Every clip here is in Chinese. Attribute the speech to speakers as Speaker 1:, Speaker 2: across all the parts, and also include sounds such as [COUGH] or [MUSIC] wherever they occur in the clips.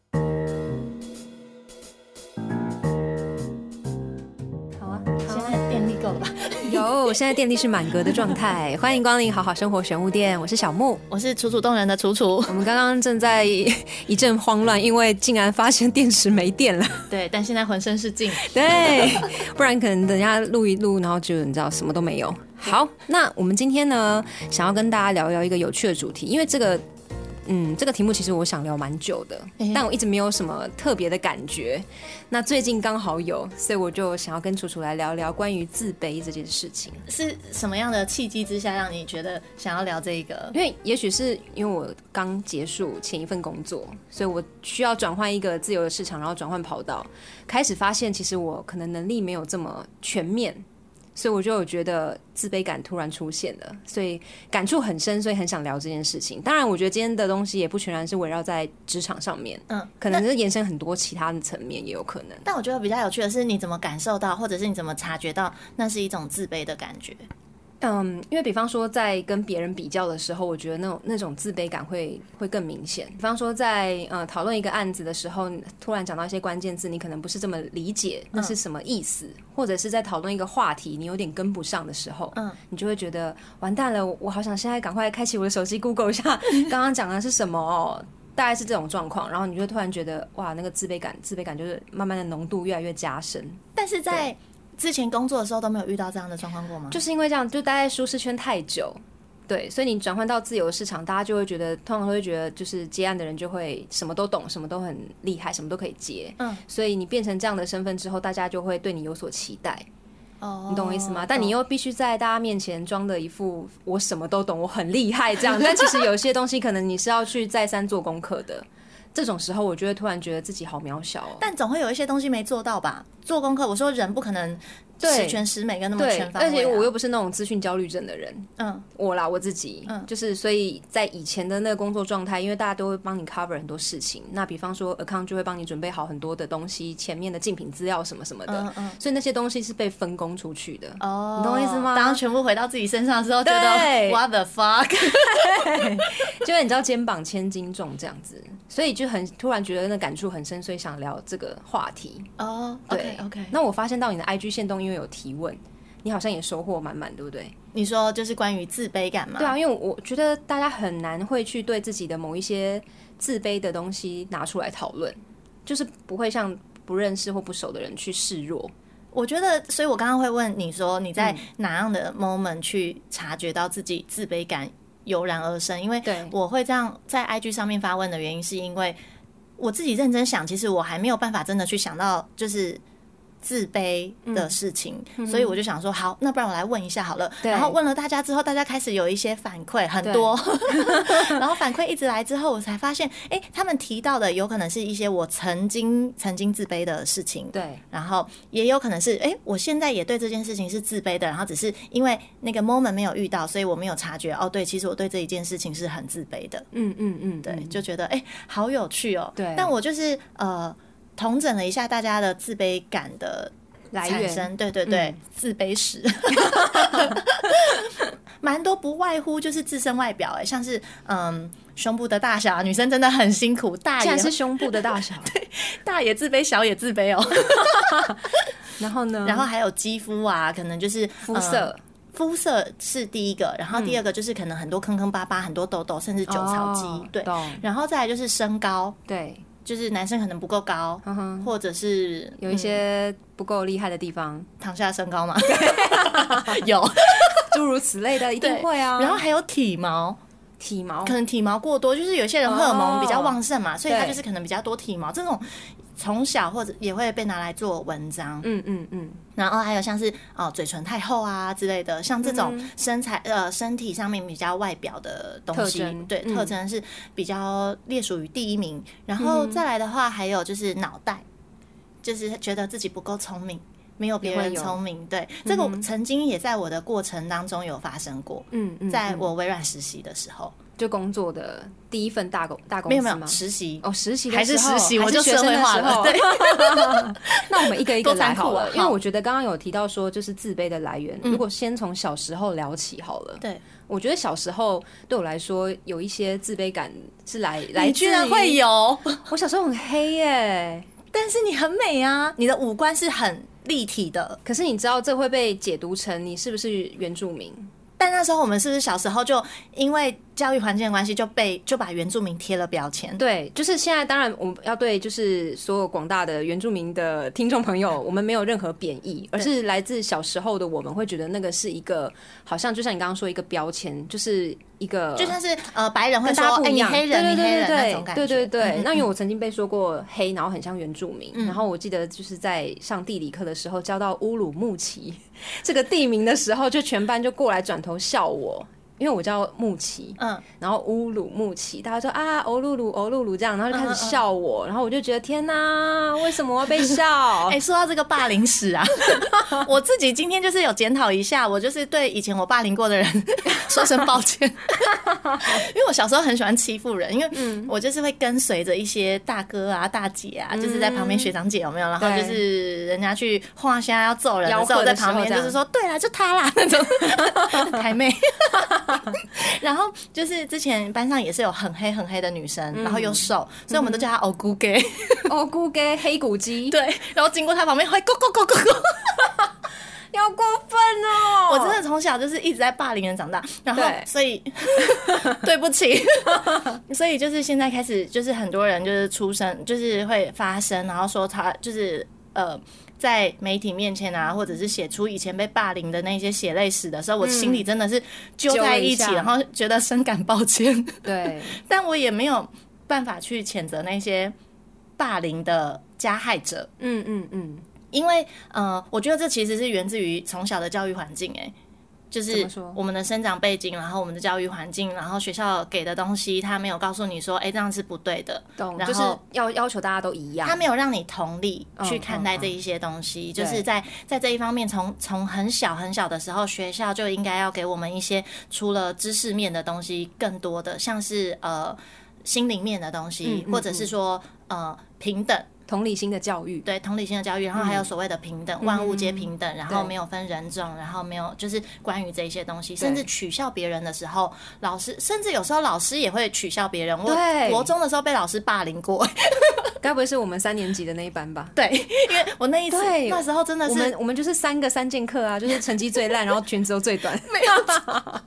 Speaker 1: 啊
Speaker 2: 我现在电力是满格的状态。欢迎光临好好生活玄物 [LAUGHS] 店，我是小木。
Speaker 1: 我是楚楚动人的楚楚，
Speaker 2: 我们刚刚正在一阵慌乱，因为竟然发现电池没电了。 [LAUGHS]
Speaker 1: 对，但现在浑身是劲。
Speaker 2: 对，不然可能等一下录一录，然后就你知道什么都没有。好，那我们今天呢，想要跟大家聊聊一个有趣的主题，因为这个，嗯，这个题目其实我想聊蛮久的，
Speaker 1: 诶
Speaker 2: 但我一直没有什么特别的感觉。那最近刚好有，所以我就想要跟楚楚来聊聊关于自卑这件事情。
Speaker 1: 是什么样的契机之下让你觉得想要聊这个？
Speaker 2: 因为也许是因为我刚结束前一份工作，所以我需要转换一个自由的市场，然后转换跑道，开始发现其实我可能能力没有这么全面，所以我就有觉得自卑感突然出现了，所以感触很深，所以很想聊这件事情。当然，我觉得今天的东西也不全然是围绕在职场上面，
Speaker 1: 嗯，
Speaker 2: 可能是延伸很多其他的层面，也有可能。
Speaker 1: 但我觉得比较有趣的是，你怎么感受到，或者是你怎么察觉到那是一种自卑的感觉？
Speaker 2: 嗯，因为比方说在跟别人比较的时候，我觉得那种那种自卑感会会更明显。比方说在呃讨论一个案子的时候，突然讲到一些关键字，你可能不是这么理解那是什么意思，或者是在讨论一个话题，你有点跟不上的时候，
Speaker 1: 嗯，
Speaker 2: 你就会觉得完蛋了，我好想现在赶快开启我的手机 Google 一下刚刚讲的是什么哦。大概是这种状况，然后你就会突然觉得哇，那个自卑感，自卑感就是慢慢的浓度越来越加深。
Speaker 1: 但是在之前工作的时候都没有遇到这样的状况过吗？
Speaker 2: 就是因为这样，就待在舒适圈太久，对，所以你转换到自由市场，大家就会觉得，通常会觉得，就是接案的人就会什么都懂，什么都很厉害，什么都可以接。
Speaker 1: 嗯，
Speaker 2: 所以你变成这样的身份之后，大家就会对你有所期待，
Speaker 1: 哦
Speaker 2: 你懂我意思吗？但你又必须在大家面前装的一副我什么都懂，我很厉害
Speaker 1: [LAUGHS]
Speaker 2: 这样，但其实有些东西可能你是要去再三做功课的。这种时候，我就会突然觉得自己好渺小哦。
Speaker 1: 但总会有一些东西没做到吧？做功课，我说人不可能
Speaker 2: 对
Speaker 1: 十全十美跟那么
Speaker 2: 对
Speaker 1: 全，方位、
Speaker 2: 而
Speaker 1: 啊，
Speaker 2: 且我又不是那种资讯焦虑症的人，
Speaker 1: 嗯
Speaker 2: 我啦，我自己，
Speaker 1: 嗯
Speaker 2: 就是所以在以前的那个工作状态，因为大家都会帮你 cover 很多事情，那比方说 account 就会帮你准备好很多的东西，前面的竞品资料什么什么的，
Speaker 1: 嗯嗯
Speaker 2: 所以那些东西是被分工出去的。
Speaker 1: 哦，
Speaker 2: 你懂我意思吗
Speaker 1: 当全部回到自己身上的时候，觉
Speaker 2: 对
Speaker 1: 得 what the
Speaker 2: [LAUGHS]
Speaker 1: fuck？
Speaker 2: 就是你知道肩膀千斤重这样子，所以就很突然觉得那感触很深，所以想聊这个话题。
Speaker 1: 哦
Speaker 2: 对
Speaker 1: ，OK OK，
Speaker 2: 那我发现到你的 IG 线动，因为有提问，你好像也收获满满，对不对？
Speaker 1: 你说就是关于自卑感嘛？
Speaker 2: 对啊，因为我觉得大家很难会去对自己的某一些自卑的东西拿出来讨论，就是不会像不认识或不熟的人去示弱。
Speaker 1: 我觉得，所以我刚刚会问你说你
Speaker 2: 嗯
Speaker 1: 在哪样的 moment 去察觉到自己自卑感油然而生？因为
Speaker 2: 对
Speaker 1: 我会这样在 IG 上面发问的原因，是因为我自己认真想，其实我还没有办法真的去想到就是自卑的事情，所以我就想说，好，那不然我来问一下好了。
Speaker 2: 嗯对
Speaker 1: 然后问了大家之后，大家开始有一些反馈，很多， [LAUGHS] 然后反馈一直来之后，我才发现，哎、他们提到的有可能是一些我曾经曾经自卑的事情，
Speaker 2: 对，
Speaker 1: 然后也有可能是，诶，我现在也对这件事情是自卑的，然后只是因为那个 moment 没有遇到，所以我没有察觉。哦，对，其实我对这一件事情是很自卑的，
Speaker 2: 嗯嗯嗯，
Speaker 1: 对，
Speaker 2: 对
Speaker 1: 就觉得诶，好有趣哦。
Speaker 2: 对
Speaker 1: 但我就是呃，统整了一下大家的自卑感的
Speaker 2: 来
Speaker 1: 产
Speaker 2: 源
Speaker 1: 生，对对对，自卑史， [LAUGHS] 蛮多不外乎就是自身外表，诶，像是嗯。胸部的大小啊，女生真的很辛苦，大
Speaker 2: 竟
Speaker 1: 也
Speaker 2: 然是胸部的
Speaker 1: [LAUGHS]
Speaker 2: 大小，
Speaker 1: 大也自卑，小也自卑哦。
Speaker 2: 然后呢，
Speaker 1: 然后还有肌肤啊，可能就是
Speaker 2: 嗯肤
Speaker 1: 呃
Speaker 2: 色、嗯
Speaker 1: 肤色是第一个，然后第二个就是可能很多坑坑巴巴、很多痘痘，甚至酒槽肌，
Speaker 2: 哦
Speaker 1: 对。
Speaker 2: 懂
Speaker 1: 然后再来就是身高，
Speaker 2: 对，
Speaker 1: 就是男生可能不够高，
Speaker 2: 嗯哼，
Speaker 1: 或者是
Speaker 2: 有一些不够厉害的
Speaker 1: [LAUGHS]
Speaker 2: 地方，
Speaker 1: 嗯躺下身高嘛，有。
Speaker 2: 诸如此类的，一定
Speaker 1: 对
Speaker 2: 会啊。哦
Speaker 1: 然后还有体毛，
Speaker 2: 体毛
Speaker 1: 可能体毛过多，就是有些人荷尔蒙比较旺盛嘛，所以他
Speaker 2: 对
Speaker 1: 就是可能比较多体毛。这种从小或者也会被拿来做文章，
Speaker 2: 嗯嗯嗯，
Speaker 1: 然后还有像是哦嘴唇太厚啊之类的，像这种
Speaker 2: 嗯
Speaker 1: 身材、呃身体上面比较外表的东西，
Speaker 2: 特征
Speaker 1: 对、
Speaker 2: 嗯
Speaker 1: 特征是比较列属于第一名。然后
Speaker 2: 嗯
Speaker 1: 再来的话，还有就是脑袋，就是觉得自己不够聪明。没有别
Speaker 2: 也
Speaker 1: 人
Speaker 2: 会有
Speaker 1: 聪明，对这个我曾经也在我的过程当中有发生过，
Speaker 2: 嗯嗯，
Speaker 1: 在
Speaker 2: 嗯
Speaker 1: 我微软实习的时候，
Speaker 2: 就工作的第一份大公大公
Speaker 1: 没
Speaker 2: 司
Speaker 1: 有没
Speaker 2: 吗？
Speaker 1: 有实习，
Speaker 2: 哦，实习的
Speaker 1: 还是
Speaker 2: 时
Speaker 1: 实
Speaker 2: 候
Speaker 1: 习
Speaker 2: 还
Speaker 1: 我
Speaker 2: 是
Speaker 1: 就
Speaker 2: 学生
Speaker 1: 社
Speaker 2: 的
Speaker 1: 会
Speaker 2: 时
Speaker 1: 化
Speaker 2: 候。
Speaker 1: 了对
Speaker 2: [LAUGHS] 那我们一个一个
Speaker 1: 多
Speaker 2: 来
Speaker 1: 残酷
Speaker 2: 好
Speaker 1: 啊
Speaker 2: 了，
Speaker 1: 好嗯
Speaker 2: 因为我觉得刚刚有提到说，就是自卑的来源，如果先从小时候聊起好了。
Speaker 1: 对，
Speaker 2: 我觉得小时候对我来说有一些自卑感是来来
Speaker 1: 你
Speaker 2: 自
Speaker 1: 居
Speaker 2: 于
Speaker 1: 然会有， [LAUGHS]
Speaker 2: 我小时候很黑耶、
Speaker 1: 但是你很美啊，你的五官是很立体的。
Speaker 2: 可是你知道这会被解读成你是不是原住民？
Speaker 1: 但那时候我们是不是小时候就因为教育环境的关系就被就把原住民贴了标签？
Speaker 2: 对，就是现在，当然我们要对就是所有广大的原住民的听众朋友，我们没有任何贬义，而是来自小时候的我们会觉得那个是一个好像就像你刚刚说一个标签，就是一个
Speaker 1: 就像是呃白人会
Speaker 2: 跟
Speaker 1: 说
Speaker 2: 大家
Speaker 1: 哎、
Speaker 2: 不一
Speaker 1: 你
Speaker 2: 样，
Speaker 1: 黑人
Speaker 2: 对
Speaker 1: 你黑
Speaker 2: 对
Speaker 1: 人那
Speaker 2: 对
Speaker 1: 种感觉，嗯
Speaker 2: 对对对对。那因为我曾经被说过黑，然后很像原住民，然后我记得就是在上地理课的时候教到乌鲁木齐 [LAUGHS] 这个地名的时候，就全班就过来转头笑我，因为我叫木齐，
Speaker 1: 嗯，
Speaker 2: 然后乌鲁木齐，大家说啊，欧露鲁，欧露鲁这样，然后就开
Speaker 1: 嗯
Speaker 2: 始笑我，然后我就觉得天哪，为什么我要被
Speaker 1: [LAUGHS]
Speaker 2: 笑
Speaker 1: 哎、？说到这个霸凌史啊， [LAUGHS] 我自己今天就是有检讨一下，我就是对以前我霸凌过的人说声抱歉， [LAUGHS] 因为我小时候很喜欢欺负人，因为
Speaker 2: 嗯
Speaker 1: 我就是会跟随着一些大哥啊、大姐啊，就是在旁边学长姐有没有？然后
Speaker 2: 嗯对
Speaker 1: 就是人家去画虾要揍人
Speaker 2: 吆
Speaker 1: 的
Speaker 2: 喝
Speaker 1: 时候，我在
Speaker 2: 的时候
Speaker 1: 旁边
Speaker 2: 这
Speaker 1: 就
Speaker 2: 样
Speaker 1: 是说对啦，就他啦那
Speaker 2: [LAUGHS]
Speaker 1: 种台妹。 [LAUGHS] 然后就是之前班上也是有很黑很黑的女
Speaker 2: 嗯
Speaker 1: 生，然后又瘦，所以我们都叫她欧姑 gay。
Speaker 2: 哦，姑给黑骨鸡，
Speaker 1: 对，然后经过她旁边会咕咕咕咕咕。
Speaker 2: 要过分哦！
Speaker 1: 我真的从小就是一直在霸凌人长大，然后
Speaker 2: 对
Speaker 1: 所以 [LAUGHS] 对不
Speaker 2: [LAUGHS]
Speaker 1: 起，所以就是现在开始，就是很多人就是出生就是会发声，然后说他就是呃。在媒体面前啊，或者是写出以前被霸凌的那些血泪史的时候，我心里真的是揪
Speaker 2: 嗯揪
Speaker 1: 在
Speaker 2: 了一
Speaker 1: 一起，
Speaker 2: 下
Speaker 1: 然后觉得深感抱歉。 [LAUGHS]
Speaker 2: 对，
Speaker 1: 但我也没有办法去谴责那些霸凌的加害者，
Speaker 2: 嗯嗯嗯，
Speaker 1: 因为呃，我觉得这其实是源自于从小的教育环境、欸，就
Speaker 2: 怎
Speaker 1: 是
Speaker 2: 么说
Speaker 1: 我们的生长背景，然后我们的教育环境，然后学校给的东西，他没有告诉你说，哎、这样是不对的，
Speaker 2: 懂，
Speaker 1: 然
Speaker 2: 就是
Speaker 1: 后
Speaker 2: 要要求大家都一样
Speaker 1: 他。没有让你同理
Speaker 2: 嗯
Speaker 1: 去看待
Speaker 2: 嗯
Speaker 1: 这
Speaker 2: 嗯
Speaker 1: 一些东西，就
Speaker 2: 对
Speaker 1: 是在在这一方面，从从很小很小的时候，学校就应该要给我们一些除了知识面的东西，更多的像是呃心灵面的东西，
Speaker 2: 嗯嗯
Speaker 1: 或者是说呃平等。
Speaker 2: 同理心的教育，
Speaker 1: 对同理心的教育，然后
Speaker 2: 嗯
Speaker 1: 还有所谓的平等，万物皆平等，然后没有分人种，然后没有就是关于这些东西，甚至取笑别人的时候，老师甚至有时候老师也会取笑别人。我
Speaker 2: 对
Speaker 1: 国中的时候被老师霸凌过， [LAUGHS]
Speaker 2: 该不会是我们三年级的那一班吧？
Speaker 1: 对，因为我那一次
Speaker 2: 对
Speaker 1: 那时候真的
Speaker 2: 我
Speaker 1: 是
Speaker 2: 们我们就是三个三剑客啊，就是成绩最
Speaker 1: [LAUGHS]
Speaker 2: 烂，然后裙子又最短。没有。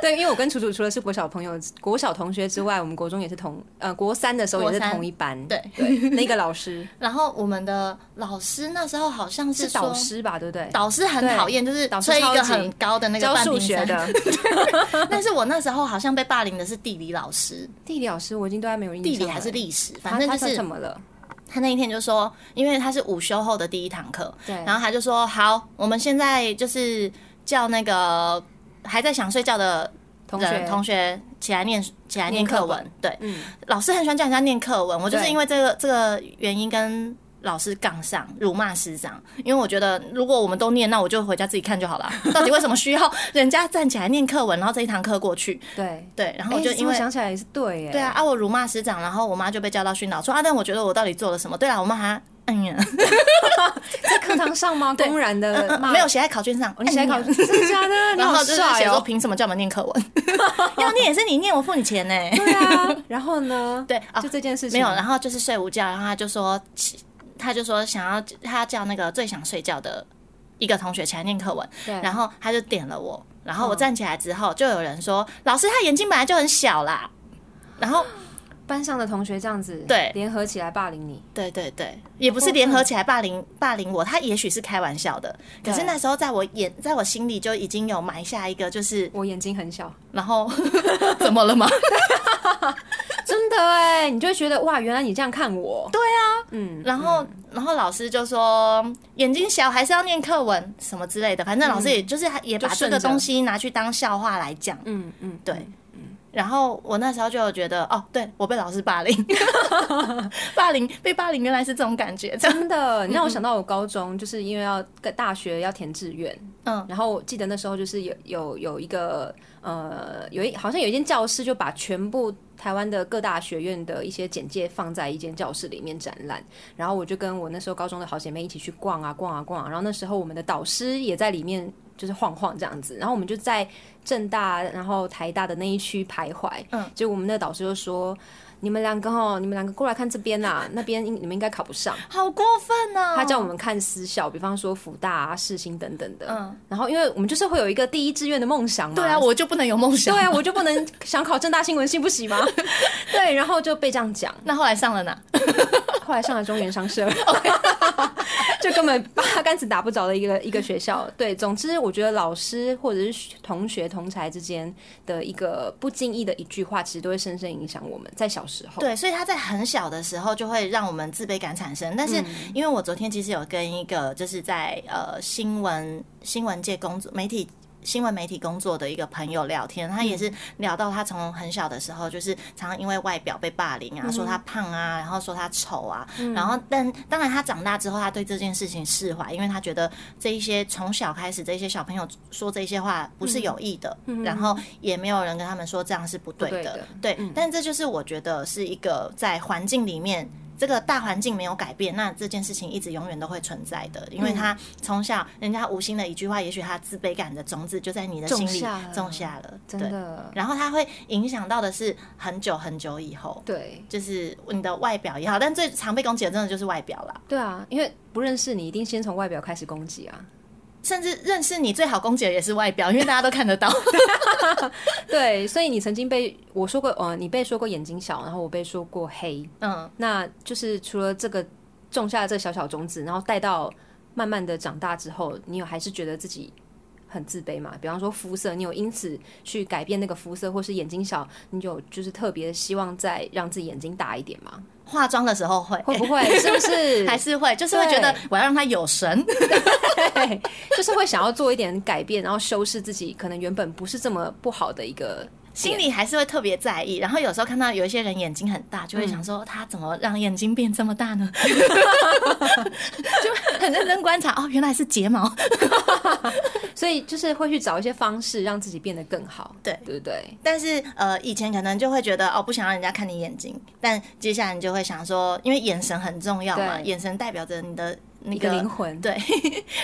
Speaker 2: 对，因为我跟楚楚除了是国小朋友、国小同学之外，我们国中也是同呃国三的时候也是
Speaker 1: 国三
Speaker 2: 同一班，
Speaker 1: 对
Speaker 2: 对，那个老师
Speaker 1: 然后我们的老师那时候好像
Speaker 2: 是
Speaker 1: 说
Speaker 2: 导，师吧，对不对？
Speaker 1: 导师很
Speaker 2: 对
Speaker 1: 讨厌，就是
Speaker 2: 导师
Speaker 1: 吹一个
Speaker 2: 超级
Speaker 1: 很高的那个
Speaker 2: 教
Speaker 1: 半
Speaker 2: 数
Speaker 1: 屏
Speaker 2: 学
Speaker 1: 山。
Speaker 2: [LAUGHS] 的
Speaker 1: 但是我那时候好像被霸凌的是地理老师，
Speaker 2: 地理老师，我已经对他没有印象
Speaker 1: 地
Speaker 2: 了。
Speaker 1: 理还是历史，
Speaker 2: 他，
Speaker 1: 反正就
Speaker 2: 他
Speaker 1: 是
Speaker 2: 怎么了？
Speaker 1: 他那一天就说，因为他是午休后的第一堂课，
Speaker 2: 对
Speaker 1: 然后他就说好，我们现在就是叫那个还在想睡觉的
Speaker 2: 同
Speaker 1: 人
Speaker 2: 学，
Speaker 1: 同学起来念起来念课文，对，
Speaker 2: 嗯
Speaker 1: 老师很喜欢叫人家念课文，我就是
Speaker 2: 对
Speaker 1: 因为这个这个原因跟。老师杠上，辱骂师长，因为我觉得如果我们都念，那我就回家自己看就好了。到底为什么需
Speaker 2: [LAUGHS]
Speaker 1: 要人家站起来念课文，然后这一堂课过去？
Speaker 2: 对，
Speaker 1: 对，然后
Speaker 2: 哎
Speaker 1: 就
Speaker 2: 这
Speaker 1: 因
Speaker 2: 么哎
Speaker 1: 为
Speaker 2: 想起来也是对耶，
Speaker 1: 对啊，，啊我辱骂师长，然后我妈就被叫到训导处啊。但我觉得我到底做了什么？对啦，我妈还嗯呀，
Speaker 2: 在课堂上
Speaker 1: [LAUGHS]
Speaker 2: 吗？公然
Speaker 1: 嗯
Speaker 2: 的
Speaker 1: 嗯
Speaker 2: 呃骂，
Speaker 1: 没有写在考卷上，
Speaker 2: 哦，你写
Speaker 1: [LAUGHS]
Speaker 2: 考
Speaker 1: 嗯呀
Speaker 2: 真的假的？你
Speaker 1: 然后
Speaker 2: 好
Speaker 1: 就是写
Speaker 2: 帅
Speaker 1: 说
Speaker 2: 哦！
Speaker 1: 凭什么叫我们念课文？
Speaker 2: [LAUGHS]
Speaker 1: 要念也是你念，我付你钱呢、
Speaker 2: 对啊，然后呢？
Speaker 1: [LAUGHS] 对啊
Speaker 2: 就，这件事
Speaker 1: 没
Speaker 2: 情
Speaker 1: 有，然后就是睡午觉，然后他就说，起他就说想要他叫那个最想睡觉的一个同学起来念课文，
Speaker 2: 对嗯
Speaker 1: 然后他就点了我，然后我站起来之后，就有人说老师他眼睛本来就很小啦，然后 [GASPS]
Speaker 2: 班上的同学这样子，
Speaker 1: 对
Speaker 2: 联合起来霸凌你，
Speaker 1: 对对对，也不是联合起来霸凌霸凌我，他也许是开玩笑的，可是
Speaker 2: 对
Speaker 1: 那时候在我眼在我心里就已经有埋下一个就是，
Speaker 2: 我眼睛很小，
Speaker 1: 然后 [LAUGHS] 怎么了吗？
Speaker 2: 真的哎，你就会觉得哇，原来你这样看我，对啊，嗯，
Speaker 1: 然后然后老师就说眼睛小还是要念课文什么之类的，反正老师也就是也把
Speaker 2: 嗯就
Speaker 1: 这
Speaker 2: 顺
Speaker 1: 个
Speaker 2: 着
Speaker 1: 东西拿去当笑话来讲，
Speaker 2: 嗯嗯，
Speaker 1: 对。然后我那时候就有觉得，哦，对我被老师霸
Speaker 2: [LAUGHS]
Speaker 1: 凌，霸凌被霸凌原来是这种感觉，这样 [LAUGHS]
Speaker 2: 真的，
Speaker 1: 嗯
Speaker 2: 你让我想到我高中，就是因为要跟大学要填志愿，
Speaker 1: 嗯，
Speaker 2: 然后我记得那时候就是有有有一个呃，有一好像有一间教室就把全部台湾的各大学院的一些简介放在一间教室里面展览，然后我就跟我那时候高中的好姐妹一起去逛啊逛啊逛啊然后那时候我们的导师也在里面。就是晃晃这样子，然后我们就在正大，然后台大的那一区徘徊。
Speaker 1: 嗯，
Speaker 2: 就我们的导师就说：“你们两个哦，你们两个过来看这边啦、那边应你们应该考不上。
Speaker 1: 好过分哦！
Speaker 2: 他叫我们看私校，比方说福大啊、世新等等的。
Speaker 1: 嗯
Speaker 2: 然后因为我们就是会有一个第一志愿的梦想嘛。
Speaker 1: 对啊，我就不能有梦想。
Speaker 2: 对啊，我就不能想考正大新闻系不
Speaker 1: [LAUGHS]
Speaker 2: 行吗？对，然后就被这样讲。
Speaker 1: 那后来上了哪？
Speaker 2: 后来上了中原
Speaker 1: [LAUGHS]
Speaker 2: 商社，就根本八竿子打不着的一个一个学校。对，总之我觉得老师或者是同学同才之间的一个不经意的一句话，其实都会深深影响我们在小时候。
Speaker 1: 对，所以他在很小的时候就会让我们自卑感产生。但是因为我昨天其实有跟一个就是在呃新闻新闻界工作媒体。新闻媒体工作的一个朋友聊天，他也是聊到他从很小的时候，就是常常因为外表被霸凌啊，说他胖啊，然后说他丑啊，然后但当然他长大之后，他对这件事情释怀，因为他觉得这一些从小开始这些小朋友说这些话不是有意的，然后也没有人跟他们说这样是嗯不对
Speaker 2: 对
Speaker 1: 的
Speaker 2: 的，
Speaker 1: 对，但这就是我觉得是一个在环境里面。这个大环境没有改变，那这件事情一直永远都会存在的，因
Speaker 2: 嗯
Speaker 1: 为他从小人家无心的一句话，也许他自卑感的种子就在你的心里
Speaker 2: 种下了
Speaker 1: 种下了，
Speaker 2: 真
Speaker 1: 对，
Speaker 2: 的，
Speaker 1: 然后它会影响到的是很久很久以后，
Speaker 2: 对
Speaker 1: 就是你的外表也好，但最常被攻击的真的就是外表啦，
Speaker 2: 对啊，因为不认识你，一定先从外表开始攻击啊。
Speaker 1: 甚至认识你最好攻击的也是外表，因为大家都看得到， [LAUGHS]
Speaker 2: [LAUGHS] 对，所以你曾经被我说过，呃，你被说过眼睛小，然后我被说过黑，
Speaker 1: 嗯，
Speaker 2: 那就是除了这个种下了这个小小种子，然后带到慢慢的长大之后，你有还是觉得自己很自卑嘛？比方说肤色，你有因此去改变那个肤色，或是眼睛小，你有就是特别希望再让自己眼睛大一点吗？
Speaker 1: 化妆的时候会，
Speaker 2: 会不会？是不
Speaker 1: 还
Speaker 2: 是？
Speaker 1: 是会，就是会觉得我要让他有神，
Speaker 2: 对，就是会想要做一点改变，然后修饰自己可能原本不是这么不好的一个
Speaker 1: 心里还是会特别在意。然后有时候看到有一些人眼睛很大，
Speaker 2: 嗯
Speaker 1: 就会想说他怎么让眼睛变这么大呢？
Speaker 2: [LAUGHS]
Speaker 1: 就很认真观察，哦，原来是睫毛。
Speaker 2: 所以就是会去找一些方式让自己变得更好，
Speaker 1: 对
Speaker 2: 对不对？
Speaker 1: 但是呃，以前可能就会觉得哦，不想让人家看你眼睛，但接下来你就会想说，因为眼神很重要嘛，
Speaker 2: 对
Speaker 1: 眼神代表着你的那
Speaker 2: 一个
Speaker 1: 个
Speaker 2: 灵。魂，
Speaker 1: 对，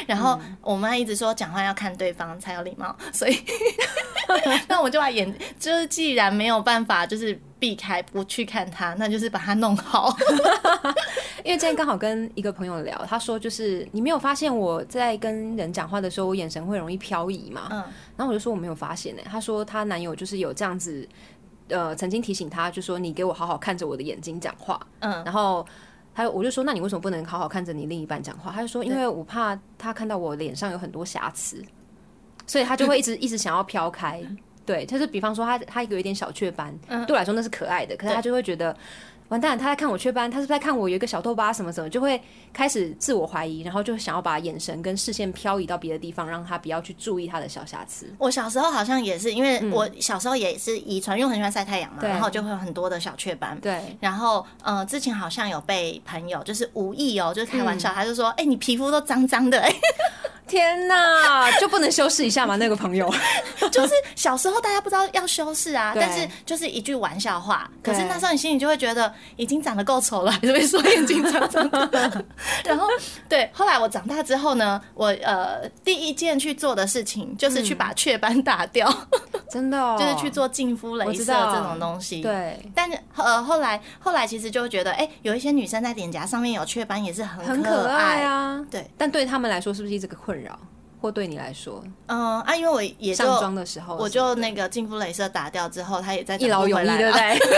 Speaker 1: 然后我妈一直说讲话要看对方才有礼貌，所以 [LAUGHS] 那我就把眼，就是既然没有办法，就是避开不去看他，那就是把它弄好。
Speaker 2: 因为今天刚好跟一个朋友聊，他说就是你没有发现我在跟人讲话的时候，我眼神会容易漂移嘛？
Speaker 1: 嗯
Speaker 2: 然后我就说我没有发现呢、欸他说她男友就是有这样子，呃，曾经提醒她，就说你给我好好看着我的眼睛讲话。
Speaker 1: 嗯，
Speaker 2: 然后他我就说那你为什么不能好好看着你另一半讲话？他就说因为我怕他看到我脸上有很多瑕疵，所以他就会一直一直想要
Speaker 1: [LAUGHS]
Speaker 2: 飘开。对，就是比方说他他有一点小雀斑，
Speaker 1: 嗯
Speaker 2: 对我来说那是可爱的，可是他就会觉得。完蛋，他在看我雀斑，他是不是在看我有一个小痘疤什么什么，就会开始自我怀疑，然后就想要把眼神跟视线漂移到别的地方，让他不要去注意他的小瑕疵。
Speaker 1: 我小时候好像也是，因为我小时候也是遗传，因为我很喜欢晒太阳嘛，
Speaker 2: 嗯对
Speaker 1: 然后就会有很多的小雀斑。
Speaker 2: 对，
Speaker 1: 然后，呃，之前好像有被朋友就是无意哦，就是开玩
Speaker 2: 嗯
Speaker 1: 笑，他就说：“哎、你皮肤都脏脏的、哎，
Speaker 2: 天哪，就不能修饰一下吗？那个朋 [LAUGHS] 友，
Speaker 1: 就是小时候大家不知道要修饰啊，
Speaker 2: 对
Speaker 1: 但是就是一句玩笑话。可
Speaker 2: 对
Speaker 1: 是那时候你心里就会觉得已经长得够丑了，还是会说眼睛脏脏的。 [LAUGHS] 然后对，后来我长大之后呢，我呃第一件去做的事情就是去把雀斑打掉，
Speaker 2: 真嗯的、哦，
Speaker 1: 就是去做净肤
Speaker 2: 我
Speaker 1: 镭
Speaker 2: 知
Speaker 1: 射
Speaker 2: 道
Speaker 1: 这种东西。。
Speaker 2: 对，
Speaker 1: 但是呃，后来后来其实就会觉得，哎、有一些女生在脸颊上面有雀斑也是很
Speaker 2: 很
Speaker 1: 可
Speaker 2: 可爱啊。
Speaker 1: 对，
Speaker 2: 但对他们来说是不是一直个困扰？或对你来说，
Speaker 1: 嗯啊，因为我也就
Speaker 2: 上妆的时候，
Speaker 1: 我就那个净肤镭射打掉之后，它也在
Speaker 2: 一劳永
Speaker 1: 回
Speaker 2: 逸，
Speaker 1: 来
Speaker 2: 对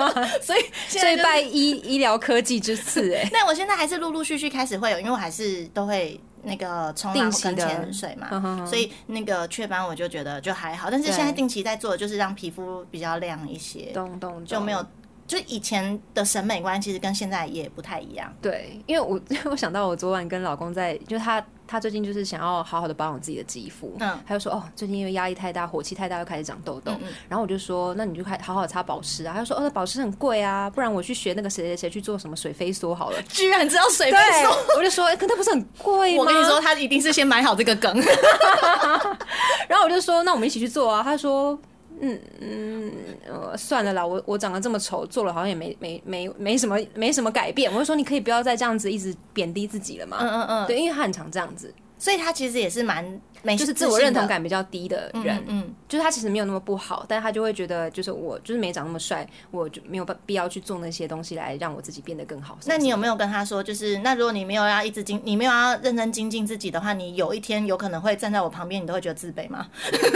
Speaker 1: [LAUGHS]
Speaker 2: [LAUGHS]
Speaker 1: 啊，
Speaker 2: 对？ [LAUGHS]
Speaker 1: 所以现
Speaker 2: 所
Speaker 1: 在
Speaker 2: 以
Speaker 1: 就
Speaker 2: 拜医医疗科技之赐，哎，
Speaker 1: 但我现在还是陆陆续续开始会有，因为我还是都会那个冲浪
Speaker 2: 定期
Speaker 1: 跟
Speaker 2: 的
Speaker 1: 潜水
Speaker 2: 嗯哼
Speaker 1: 嘛，
Speaker 2: 哼
Speaker 1: 所以那个雀斑我就觉得就还好，但是
Speaker 2: 对
Speaker 1: 现在定期在做的就是让皮肤比较亮一些，
Speaker 2: [LAUGHS] 懂懂
Speaker 1: 就
Speaker 2: 就
Speaker 1: 没有就以前的审美观其实跟现在也不太一样。
Speaker 2: 对，因为我 [LAUGHS] 我想到我昨晚跟老公在，就是他他最近就是想要好好的保养自己的肌肤，
Speaker 1: 嗯
Speaker 2: 他就说哦，最近因为压力太大，火气太大，又开始长痘痘，然后我就说那你就开好好擦保湿啊，他就说哦，那保湿很贵啊，不然我去学那个谁谁谁去做什么水飞梭好了，
Speaker 1: 居然知道水飞
Speaker 2: 对 [LAUGHS]
Speaker 1: 梭，，
Speaker 2: 我就说欸可那不是很贵吗？
Speaker 1: 我跟你说，他一定是先买好这个梗。
Speaker 2: 然后我就说，那我们一起去做啊。他说，嗯嗯，呃，算了啦，我我长得这么丑，做了好像也没没没没什么没什么改变。我就说，你可以不要再这样子一直贬低自己了嘛。
Speaker 1: 嗯嗯嗯，
Speaker 2: 对，因为他很常这样子，
Speaker 1: 所以他其实也哎是蛮没
Speaker 2: 就是自
Speaker 1: 信
Speaker 2: 我认同
Speaker 1: 的
Speaker 2: 感比较低的人，
Speaker 1: 嗯，嗯
Speaker 2: 就是他其实没有那么不好，但他就会觉得，就是我就是没长那么帅，我就没有办必要去做那些东西来让我自己变得更好。
Speaker 1: 那你有
Speaker 2: 有
Speaker 1: 没有跟他说，就是那如果你没有要一直精，你没有要认真精进自己的话，你有一天有可能会站在我旁边，你都会觉得自卑
Speaker 2: [LAUGHS]
Speaker 1: 吗？
Speaker 2: [LAUGHS]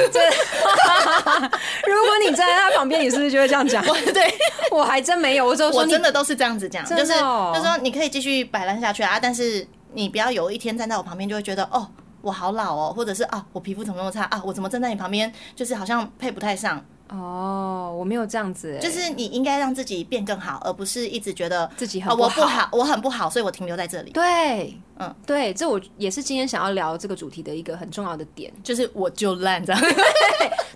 Speaker 2: 如果你站在他旁边，你是不是就会这
Speaker 1: [LAUGHS]
Speaker 2: 样讲？
Speaker 1: 对，
Speaker 2: 我还真没有，我就说
Speaker 1: 我
Speaker 2: 你
Speaker 1: 真的都是这样子讲，
Speaker 2: 真
Speaker 1: 就
Speaker 2: 的
Speaker 1: 是
Speaker 2: 哦
Speaker 1: 就说你可以继续摆烂下去啊，但是你不要有一天站在我旁边就会觉得哦。我好老哦，或者是啊，我皮肤怎么那么差啊？我怎么站在你旁边， [LAUGHS] 就是好像配不太上。
Speaker 2: 哦，我没有这样子、欸，
Speaker 1: 就是你应该让自己变更好，而不是一直觉得
Speaker 2: 自己
Speaker 1: 啊、
Speaker 2: 很
Speaker 1: 我
Speaker 2: 不好
Speaker 1: 好，我很不好，所以我停留在这里。
Speaker 2: 对，
Speaker 1: 嗯
Speaker 2: 嗯，对，这我也是今天想要聊这个主题的一个很重要的点。
Speaker 1: 就是我就烂这样。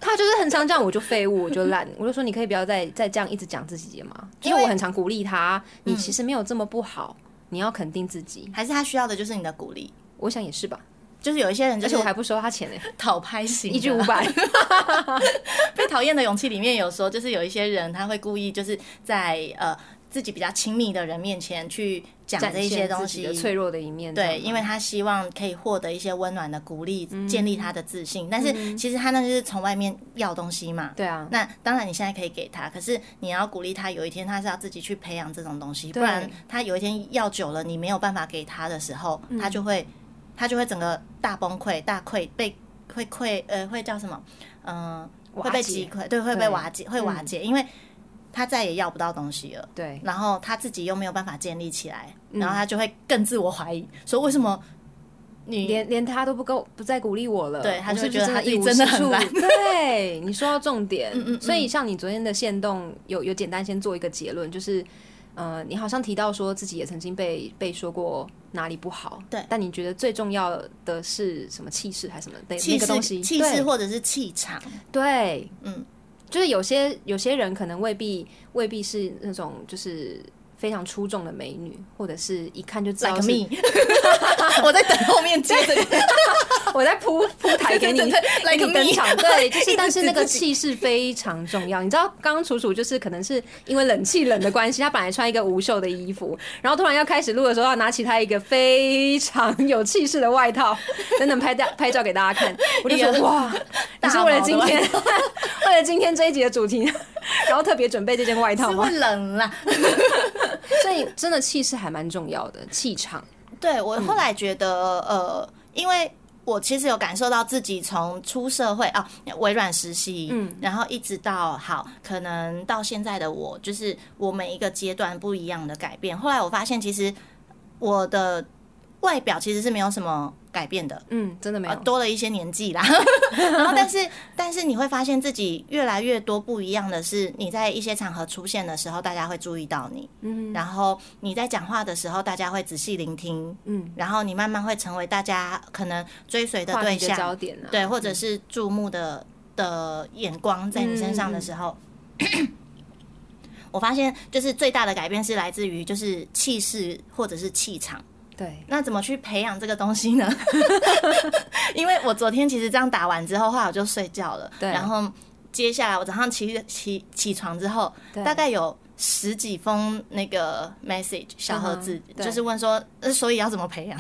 Speaker 2: 他就是很常这样，我就废物，我就烂，我就说你可以不要再再这样一直讲自己了嘛。
Speaker 1: 因
Speaker 2: 因
Speaker 1: 为嗯
Speaker 2: 为我很常鼓励他，你其实没有这么不好，你要肯定自己。
Speaker 1: 还是他需要的就是你的鼓励。
Speaker 2: 我想也是吧，
Speaker 1: 就是有一些人就
Speaker 2: 而
Speaker 1: 是
Speaker 2: 且我还不收
Speaker 1: [LAUGHS]
Speaker 2: 他钱呢、
Speaker 1: 讨拍型的，
Speaker 2: 一句五百。
Speaker 1: [LAUGHS] 被讨厌的勇气里面有说，就是有一些人他会故意就是在呃自己比较亲密的人面前去讲
Speaker 2: 展
Speaker 1: 这
Speaker 2: 现
Speaker 1: 些东
Speaker 2: 自己的
Speaker 1: 西。
Speaker 2: 脆弱的一面。
Speaker 1: 对，因为他希望可以获得一些温暖的鼓励，
Speaker 2: 嗯
Speaker 1: 建立他的自信。但是其实他那就是从外面要东西嘛。
Speaker 2: 对啊，
Speaker 1: 那当然，你现在可以给他，可是你要鼓励他，有一天他是要自己去培养这种东西，不
Speaker 2: 对
Speaker 1: 然他有一天要久了，你没有办法给他的时候，
Speaker 2: 嗯
Speaker 1: 他就会他就会整个大崩溃、大溃，被会溃呃会叫什么？嗯、会
Speaker 2: 瓦
Speaker 1: 被
Speaker 2: 解
Speaker 1: 击溃，对，会被
Speaker 2: 对嗯
Speaker 1: 瓦解，会瓦解，因为他再也要不到东西了。
Speaker 2: 对，嗯
Speaker 1: 然后他自己又没有办法建立起来，然后他就会更自我怀疑，说为什么你
Speaker 2: 连连他都不够不再鼓励我了，
Speaker 1: 对他
Speaker 2: 我
Speaker 1: 就是
Speaker 2: 不
Speaker 1: 觉
Speaker 2: 是
Speaker 1: 得他
Speaker 2: 的
Speaker 1: 自己
Speaker 2: 一无
Speaker 1: 真的
Speaker 2: 是
Speaker 1: 很
Speaker 2: 处
Speaker 1: 烂
Speaker 2: [LAUGHS] 对，你说到重点，
Speaker 1: 嗯嗯
Speaker 2: 所以像你昨天的线动有有简单先做一个结论，就是。呃，你好像提到说自己也曾经被被说过哪里不好，
Speaker 1: 对
Speaker 2: 但你觉得最重要的是什么气势还是什么那
Speaker 1: 气
Speaker 2: 那个东
Speaker 1: 势、
Speaker 2: 西？
Speaker 1: 气势或者是气场？
Speaker 2: 对，
Speaker 1: 嗯
Speaker 2: 嗯，就是有些有些人可能未必未必是那种就是非常出众的美女，或者是一看就知
Speaker 1: like
Speaker 2: 道是 [LAUGHS]
Speaker 1: me，我在等后面接着
Speaker 2: [LAUGHS] 我在铺铺台给你，
Speaker 1: 对对对 like
Speaker 2: 给你
Speaker 1: me
Speaker 2: 登场。对，就
Speaker 1: 一
Speaker 2: 是
Speaker 1: 直
Speaker 2: 但是
Speaker 1: 指
Speaker 2: 那个
Speaker 1: 自己
Speaker 2: 气势非常重要。你知道，刚刚楚楚就是可能是因为冷气冷的关系，她本来穿一个无袖的衣服，然后突然要开始录的时候，要拿起她一个非常有气势的外套， [LAUGHS] 等等拍照拍照给大家看。我就
Speaker 1: 一
Speaker 2: 说
Speaker 1: 个 [LAUGHS]
Speaker 2: 哇，你是为了今天
Speaker 1: 大
Speaker 2: 为了今天这一集的主题，然后特别准备这件外套
Speaker 1: 是
Speaker 2: 吗
Speaker 1: 会？冷啦。
Speaker 2: 所以真的气势还蛮重要的，气场。
Speaker 1: 对我后来觉得，呃，因为我其实有感受到自己从出社会啊，微软实习，嗯，然后一直到好，可能到现在的我，就是我每一个阶段不一样的改变。后来我发现，其实我的外表其实是没有什么改变的，
Speaker 2: 嗯，真的没
Speaker 1: 呃，
Speaker 2: 有。
Speaker 1: 多了一些年纪啦。 [LAUGHS] 然后，但是 [LAUGHS] 但是你会发现自己越来越多不一样的是，你在一些场合出现的时候，大家会注意到你。嗯，然后你在讲话的时候，大家会仔细聆听。嗯，然后你慢慢会成为大家可能追随的
Speaker 2: 话
Speaker 1: 对
Speaker 2: 题的焦
Speaker 1: 象，
Speaker 2: 点啊，
Speaker 1: 对，或者是注目的的眼光在你身上的时候。
Speaker 2: 嗯
Speaker 1: 我发现，就是最大的改变是来自于就是气势或者是气场。
Speaker 2: 对，
Speaker 1: 那怎么去培养这个东西
Speaker 2: [LAUGHS]
Speaker 1: 呢？因为我昨天其实这样打完之后，后来我就睡觉了。
Speaker 2: 对
Speaker 1: 然后接下来我早上起起起床之后，
Speaker 2: 对
Speaker 1: 大概有十几封那个 message 小盒子
Speaker 2: 嗯，哼对
Speaker 1: 就是问说，呃，所以要怎么培
Speaker 2: [LAUGHS]
Speaker 1: 养？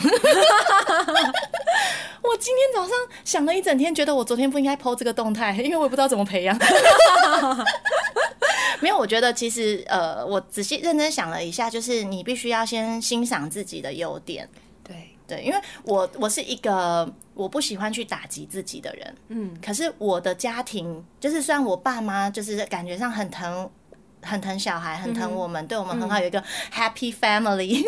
Speaker 1: 我今天早上想了一整天，觉得我昨天不应该 PO 这个动态，因为我也不知道怎么培
Speaker 2: [LAUGHS]
Speaker 1: 养。没有，我觉得其实呃，我仔细认真想了一下，就是你必须要先欣赏自己的优点，
Speaker 2: 对，
Speaker 1: 对，因为我我是一个我不喜欢去打击自己的人，嗯，可是我的家庭就是虽然我爸妈就是感觉上很疼。很疼小孩，很疼我们，对我们很好，有一个 happy family。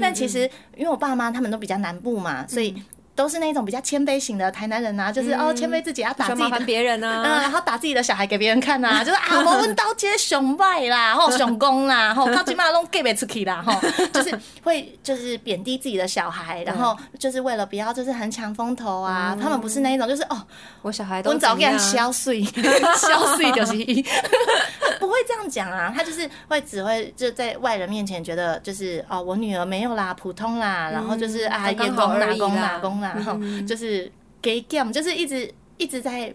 Speaker 1: 但 [LAUGHS] 其实，因为我爸妈他们都比较南部嘛，所以都是那种比较谦卑型的台南人啊，就是哦谦卑自己，要打
Speaker 2: 不
Speaker 1: 自
Speaker 2: 要
Speaker 1: 己
Speaker 2: 麻
Speaker 1: 的
Speaker 2: 烦别人啊。
Speaker 1: 嗯，然后打自己的小孩给别人看
Speaker 2: [LAUGHS]
Speaker 1: 呐、就是啊，我问刀街熊拜啦，吼熊公啦，
Speaker 2: [LAUGHS]
Speaker 1: 吼靠近马龙 gay 出去啦，吼，就是会就是贬低自己的小孩，然后就是为了不要就是很抢风头啊，他们不是那一种就是哦，
Speaker 2: 我小嗯孩都
Speaker 1: 我早
Speaker 2: 怎
Speaker 1: 给他
Speaker 2: 样啊
Speaker 1: 消碎， [LAUGHS] 消碎就是
Speaker 2: [LAUGHS]
Speaker 1: 一，不会这样讲啊，他就是会只会就在外人面前觉得就是哦，我女儿没有啦，普通啦，然后就是、啊，
Speaker 2: 嗯刚
Speaker 1: 也
Speaker 2: 好
Speaker 1: 公
Speaker 2: 而
Speaker 1: 啦
Speaker 2: 已嗯
Speaker 1: 公啦
Speaker 2: 啦
Speaker 1: 公啦，吼，就是给 game，就是一直一直在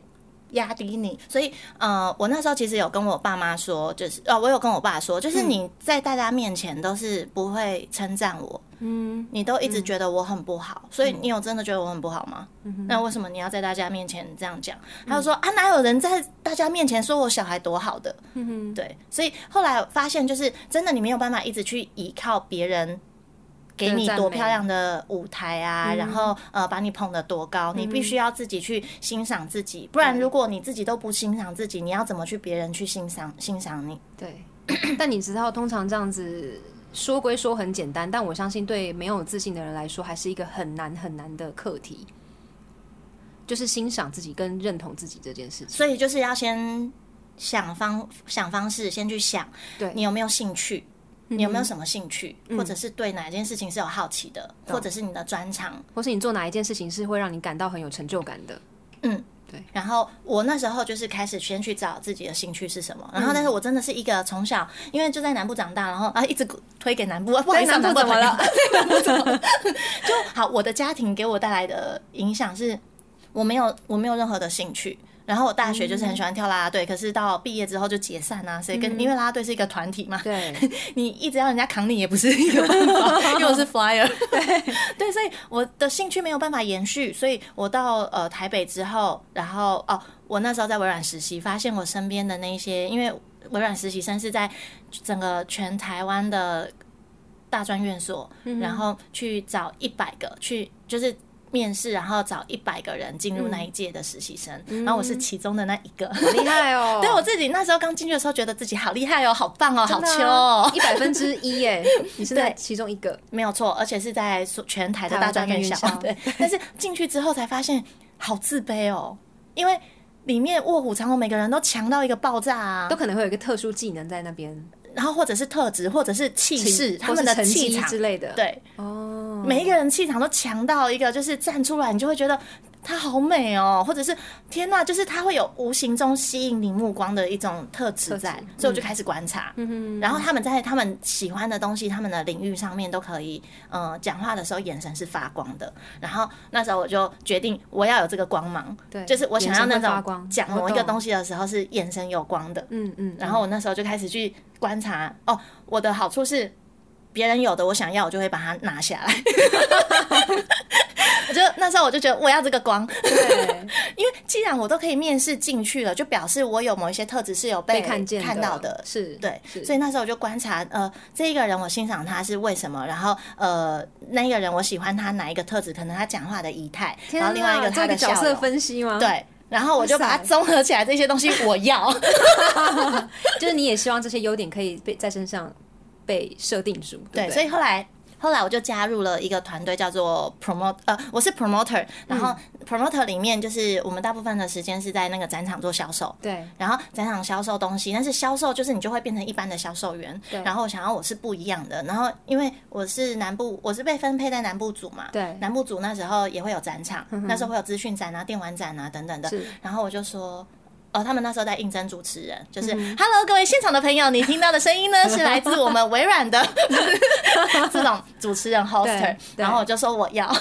Speaker 1: 压低你。所以呃，我那时候其实有跟我爸妈说，就是呃，我有跟我爸说，就是
Speaker 2: 嗯
Speaker 1: 你在大家面前都是不会称赞我，嗯，嗯你都一直觉得我很不好，所以你有真的觉得我很不好吗？那为什么你要在大家面前这样讲？他就说啊，哪有人在大家面前说我小孩多好的？对，所以后来发现就是真的，你没有办法一直去依靠别人。给你
Speaker 2: 赞
Speaker 1: 多
Speaker 2: 美
Speaker 1: 漂亮的舞台啊，然后呃把你捧得多高，你必须要自己去欣赏自己，不然如果你自己都不欣赏自己，你要怎么去别人去欣赏欣赏你？
Speaker 2: 对， [COUGHS] 但你知道，通常这样子说归说很简单，但我相信对没有自信的人来说，还是一个很难很难的课题，就是欣赏自己跟认同自己这件事情。
Speaker 1: 所以就是要先想方想方式，先去想，
Speaker 2: 对嗯
Speaker 1: 你有没有兴趣。你有没有什么兴趣，或者是对哪件事情是有好奇的，或者是你的专长？
Speaker 2: 或是你做哪一件事情是会让你感到很有成就感的？
Speaker 1: 然后我那时候就是开始先去找自己的兴趣是什么，
Speaker 2: 嗯
Speaker 1: 然后但是我真的是一个从小因为就在南部长大，然后 [LAUGHS] 啊一直推给南部， [LAUGHS] 啊、不好意思啊，
Speaker 2: 南部怎么
Speaker 1: 朋友
Speaker 2: 了？
Speaker 1: 就好，我的家庭给我带来的影响是，我没有我没有任何的兴趣。然后我大学就是很喜欢跳啦啦队，可是到毕业之后就解散啊，所以
Speaker 2: 嗯
Speaker 1: 跟、因为啦啦队是一个团体 [LAUGHS] 嘛，
Speaker 2: 对，
Speaker 1: 你一直要人家扛你也不是 [LAUGHS] 一个办法，因为我 [LAUGHS] 是 flyer，对对，所以我的兴趣没有办法延续，所以我到呃台北之后，然后哦，我那时候在微软实习，发现我身边的那一些，因为微软实习生是在整个全台湾的大专院所，然后去找一百个去就是。面试，然后找一百个人进入那一届的实习生，然后我是其中的那一个。 [LAUGHS]
Speaker 2: 好厉害哦！
Speaker 1: 对我自己那时候刚进去的时候，觉得自己好厉害哦，好棒哦，好秋哦，
Speaker 2: 一百分之一耶！你是
Speaker 1: [LAUGHS]
Speaker 2: 那其中一个，
Speaker 1: 没有错，而且是在所全台的大专院校。
Speaker 2: 台湾大专
Speaker 1: [LAUGHS] 对，
Speaker 2: [LAUGHS]
Speaker 1: 但是进去之后才发现好自卑哦，因为里面卧虎藏龙，每个人都强到一个爆炸啊
Speaker 2: 都，可能会有一个特殊技能在那边，
Speaker 1: 然后或者是特质，或者是气势，他
Speaker 2: 或
Speaker 1: 们
Speaker 2: 是
Speaker 1: 的
Speaker 2: 成
Speaker 1: 气
Speaker 2: 绩
Speaker 1: 场
Speaker 2: 之类的。
Speaker 1: 对，
Speaker 2: 哦，
Speaker 1: 每一个人气场都强到一个，就是站出来你就会觉得她好美哦，或者是天呐，就是她会有无形中吸引你目光的一种特质在，
Speaker 2: 特质嗯
Speaker 1: 所以我就开始观察。然后他们在他们喜欢的东西、他们的领域上面都可以，呃，讲话的时候眼神是发光的。然后那时候我就决定我要有这个光芒，
Speaker 2: 对
Speaker 1: 就是我想要那
Speaker 2: 眼神会发光
Speaker 1: 种讲某一个东西的时候是眼神有光的。
Speaker 2: 嗯嗯，
Speaker 1: 然后我那时候就开始去观察，哦，我的好处是别人有的我想要，我就会把它拿下来。 [LAUGHS] 我就那时候我就觉得我要这个光， [LAUGHS]
Speaker 2: 对，
Speaker 1: 因为既然我都可以面试进去了，就表示我有某一些特质是有
Speaker 2: 被
Speaker 1: 被
Speaker 2: 看见
Speaker 1: 看到的。
Speaker 2: 是，
Speaker 1: 对，
Speaker 2: 是
Speaker 1: 所以那时候我就观察，呃，这一个人我欣赏他是为什么，然后呃，那一个人我喜欢他哪一个特质，可能他讲话的仪态，
Speaker 2: 天
Speaker 1: 然后另外一个
Speaker 2: 哪这
Speaker 1: 他的
Speaker 2: 角
Speaker 1: 笑
Speaker 2: 色
Speaker 1: 容，
Speaker 2: 分析吗？，
Speaker 1: 对，然后我就把它
Speaker 2: 哇塞
Speaker 1: 综合起来，这些东西我要。
Speaker 2: 就是你也希望这些优点可以被在身上被设定住，对
Speaker 1: 对，所以后来后来我就加入了一个团队，叫做 promote，呃，我是 promoter，然
Speaker 2: 嗯
Speaker 1: 后 promoter 里面就是我们大部分的时间是在那个展场做销售。
Speaker 2: 对
Speaker 1: 然后展场销售东西，但是销售就是你就会变成一般的销售员。
Speaker 2: 对
Speaker 1: 然后我想要我是不一样的，然后因为我是南部，我是被分配在南部组嘛。
Speaker 2: 对嗯
Speaker 1: 南部组那时候也会有展场，那时候会有资讯展啊、电玩展啊等等的
Speaker 2: 是。
Speaker 1: 然后我就说。哦，他们那时候在应征主持人，
Speaker 2: 嗯
Speaker 1: 就是、Hello，各位现场的朋友，你听到的声音呢是来自我们微软的 [LAUGHS] 这种主持人 hoster，
Speaker 2: 对对
Speaker 1: 然后我就说我要，